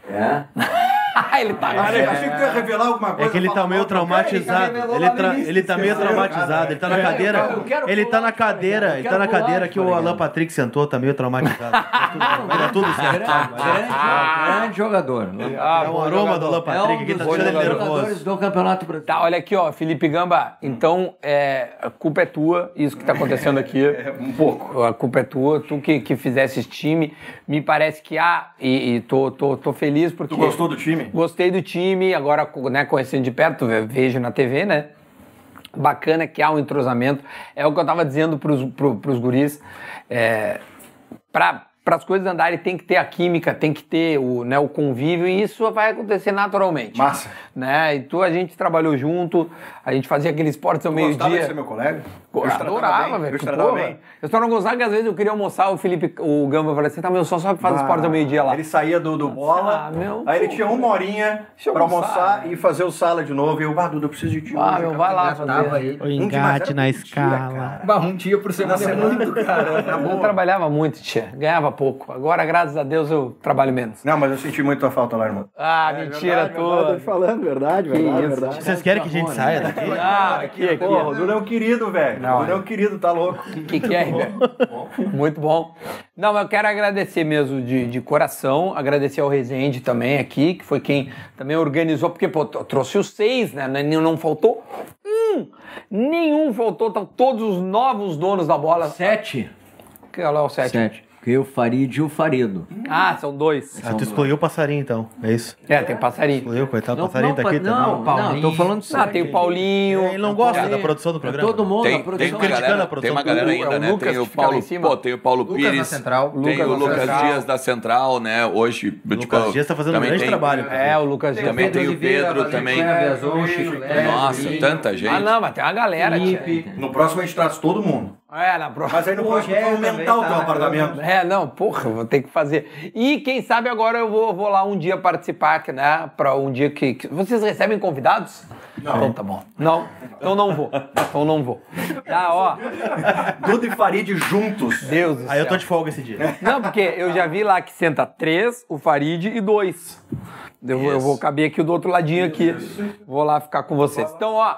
É? *laughs* Ele tá.
Achei, achei que tu ia revelar alguma coisa.
É que ele tá
falar
meio
mal, cara,
traumatizado. Ele, tra- ele tá meio traumatizado. Ele tá na cadeira.
eu quero
Ele tá
pular,
na
cara,
cadeira.
eu
Ele tá na
quero
cadeira
pular,
que o
tá
Alan
ligado?
Patrick sentou, tá meio traumatizado. Tá tudo certo.
Grande, grande jogador. né?
Ah,
É o
bom
aroma
jogador.
do Alan Patrick aqui, tá deixando ele nervoso.
do Campeonato Brasileiro.
Tá, olha aqui, ó, Felipe Gamba, então é, a culpa é tua, isso que tá acontecendo aqui.
*laughs*
é, um pouco. A culpa é tua, tu que, que fizesse esse time. Me parece que há, e, e tô, tô, tô feliz porque.
Tu gostou do time?
Gostei do time, agora né, conhecendo de perto, ve- vejo na TV, né? Bacana que há um entrosamento. É o que eu tava dizendo pros, pro, pros guris. É, para as coisas andarem tem que ter a química, tem que ter o, né, o convívio e isso vai acontecer naturalmente.
Massa.
Né? E tu, a gente trabalhou junto, a gente fazia aquele esporte ao
Gostava de ser
meio-dia.
meu colega?
Eu
te tratava
adorava,
bem,
velho.
Eu te
que
tratava
porra.
bem.
Eu só não gostava que às vezes eu queria almoçar, o Felipe, o Gamba, falou assim: tá, meu, só sabe fazer esporte ao meio-dia lá.
Ah, Ele saía do, do bola,
Ah, meu,
aí ele
pô,
tinha uma horinha
Deixa eu
pra
almoçar, né?
almoçar e fazer o sala de novo. E eu, ah, Duda, eu preciso de ti.
Ah,
hoje,
meu,
cara."
vai lá
Tava
fazer.
aí.
Um
O
engate na
escala.
Bah, Um dia por semana.
Muito, cara, na
Eu
boa.
trabalhava muito, tia. Ganhava pouco. Agora, graças a Deus, eu trabalho menos.
Não, mas eu senti muito a falta lá, irmão.
Ah, mentira
Agora eu
toda.
tô te falando, É verdade, verdade,
isso,
verdade.
Vocês querem que a gente saia daqui?
Ah, aqui, aqui.
Pô, o Dudu é um querido, velho. O Dudu é um querido, tá louco.
O que, que é, velho? Muito bom. Não, mas eu quero agradecer mesmo de, de coração, agradecer ao Rezende também aqui, que foi quem também organizou, porque pô, eu trouxe os seis, né? Não, não faltou um, nenhum faltou, estão todos os novos donos da bola.
Sete?
Que é lá o sete.
Sete. Que eu faria e Gil Farido.
Ah, são dois.
Ah, tu excluiu o passarinho então, é isso?
É, tem passarinho.
Excluiu, coitado, o passarinho
não,
tá aqui
não,
também.
não, Paulinho. tô falando
Ah,
sério.
tem o Paulinho.
É,
Ele não gosta da produção do
É
programa.
todo mundo, a
Tem, tem,
produção
uma galera,
criticando a
tem uma
produção.
galera
O- é
ainda,
o
né?
Lucas
Tem o
que fica lá em
Paulo,
cima.
pô, tem o Paulo
Lucas na
Pires,
central.
tem
Lucas
o
na
Lucas
central.
Dias da Central, né? Hoje,
Lucas Dias tá fazendo um
também
grande
tem-
trabalho.
É, o Lucas Dias.
Também tem o
Oliveira,
Pedro,
Valentina
também.
Biazon, Chico Lé,
Nossa,
Julinho,
tanta
Ah,
gente.
não, mas tem uma galera, tia.
Felipe.
No próximo a gente traz todo mundo.
É, na próxima.
Mas aí no próximo tu vai aumentar o teu apartamento.
*laughs* É, não, porra, vou ter que fazer. E quem sabe agora eu vou, vou lá um dia participar, que, né? Pra um dia que, que- Vocês recebem convidados? Não. Então tá bom. Não? Então não vou. Então não
*laughs*
vou. Tá, ó.
Dudu e Farid juntos.
Deus do
Aí eu
céu.
tô de folga esse dia.
Não, porque eu já vi lá que senta três, o Farid e dois. Eu, vou- eu vou caber aqui do outro ladinho aqui. Vou lá ficar com vocês. Então, ó,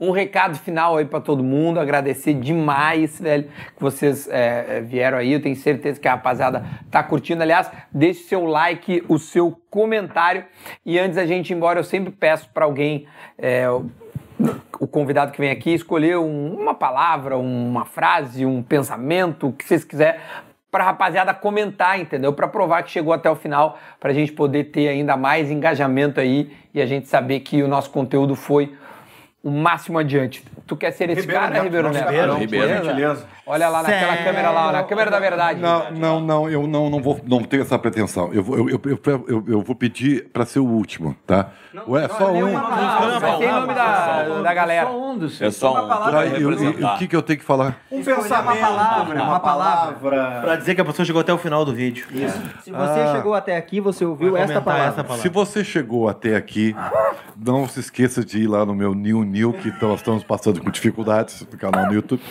um recado final aí pra todo mundo. Agradecer demais, velho, que vocês é, é, vieram aí. Eu tenho certeza que a rapaziada tá curtindo. Aliás, deixe seu like, o seu comentário. E antes da gente ir embora, eu sempre peço pra alguém. é, o convidado que vem aqui escolher um- uma palavra, uma frase, um pensamento, o que vocês quiserem, pra rapaziada comentar, entendeu? Pra provar que chegou até o final, pra gente poder ter ainda mais engajamento aí e a gente saber que o nosso conteúdo foi o máximo adiante. Tu quer ser esse cara, é Ribeiro né?
nosso
Neto?
camarão,
Ribeiro,
por
Beleza?
gentileza.
Olha lá naquela câmera lá, ó, na câmera da verdade.
Não, não, não, eu não, não vou, não tenho essa pretensão. Eu vou, eu, eu, eu- eu- eu vou pedir para ser o último, tá? Ué,
é
só um.
Ah, vai ser em nome da, da galera.
Só um dos
É só um. pra
Tá, e- e- e-
representar.
O que, que eu tenho que falar?
Um pensamento. Uma palavra. Uma palavra.
Pra dizer que a pessoa chegou até o final do vídeo. Isso.
Se você chegou até aqui, você ouviu esta palavra.
Ah. Essa palavra.
Se você chegou até aqui, não se esqueça de ir lá no meu New New, que tá, nós estamos passando com dificuldades no canal no YouTube.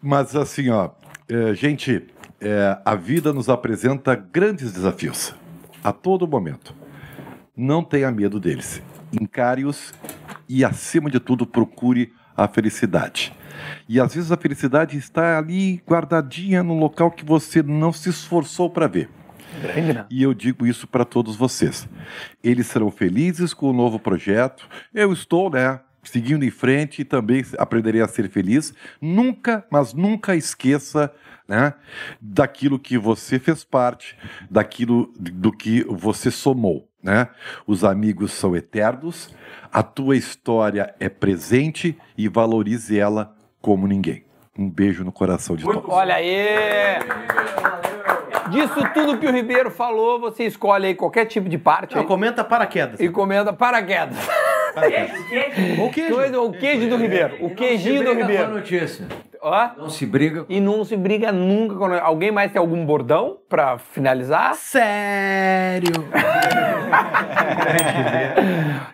Mas assim, ó, é, gente, é, a vida nos apresenta grandes desafios a todo momento. Não tenha medo deles. Encare-os e, acima de tudo, procure a felicidade. E às vezes a felicidade está ali guardadinha no local que você não se esforçou para ver. E eu digo isso para todos vocês. Eles serão felizes com o novo projeto. Eu estou, né? Seguindo em frente e também aprenderei a ser feliz. Nunca, mas nunca esqueça, né? Daquilo que você fez parte, daquilo do que você somou, né? Os amigos são eternos, a tua história é presente e valorize ela como ninguém. Um beijo no coração de todos.
Olha aí! Disso tudo que o Ribeiro falou, você escolhe aí qualquer tipo de parte
Não,
aí
comenta paraquedas.
e comenda paraquedas.
Ou queijo.
Coisa- O queijo do Ribeiro. O queijinho do
Com a
Ribeiro.
notícia.
Ó.
Não se briga.
E não se briga nunca. com- Alguém mais tem algum bordão pra finalizar?
Sério.
*laughs*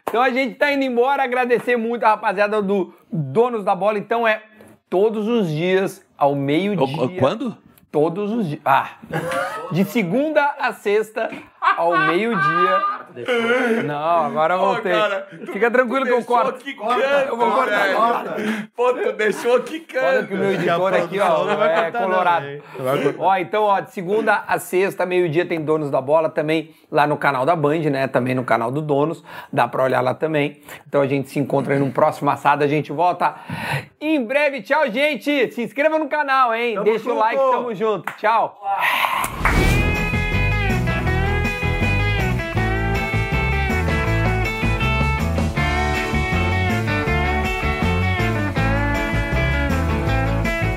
Então a gente tá indo embora, agradecer muito a rapaziada do Donos da Bola. Então é todos os dias, ao
O- o-
meio-dia.
Quando?
Todos os dias. Ah! De segunda a sexta, ao meio-dia. Não, agora eu
Ô,
voltei.
cara,
Fica tranquilo que eu corto.
que canto,
eu vou cortar,
velho. Pô, tu deixou que
Olha que o meu editor aqui, ó, é colorado. Ó, então, ó, de segunda a sexta, meio-dia tem Donos da Bola também lá no canal da Band, né? Também no canal do Donos. Dá pra olhar lá também. Então a gente se encontra aí num próximo assado. A gente volta em breve. Tchau, gente. Se inscreva no canal, hein? Deixa o like. Tamo junto. Tchau.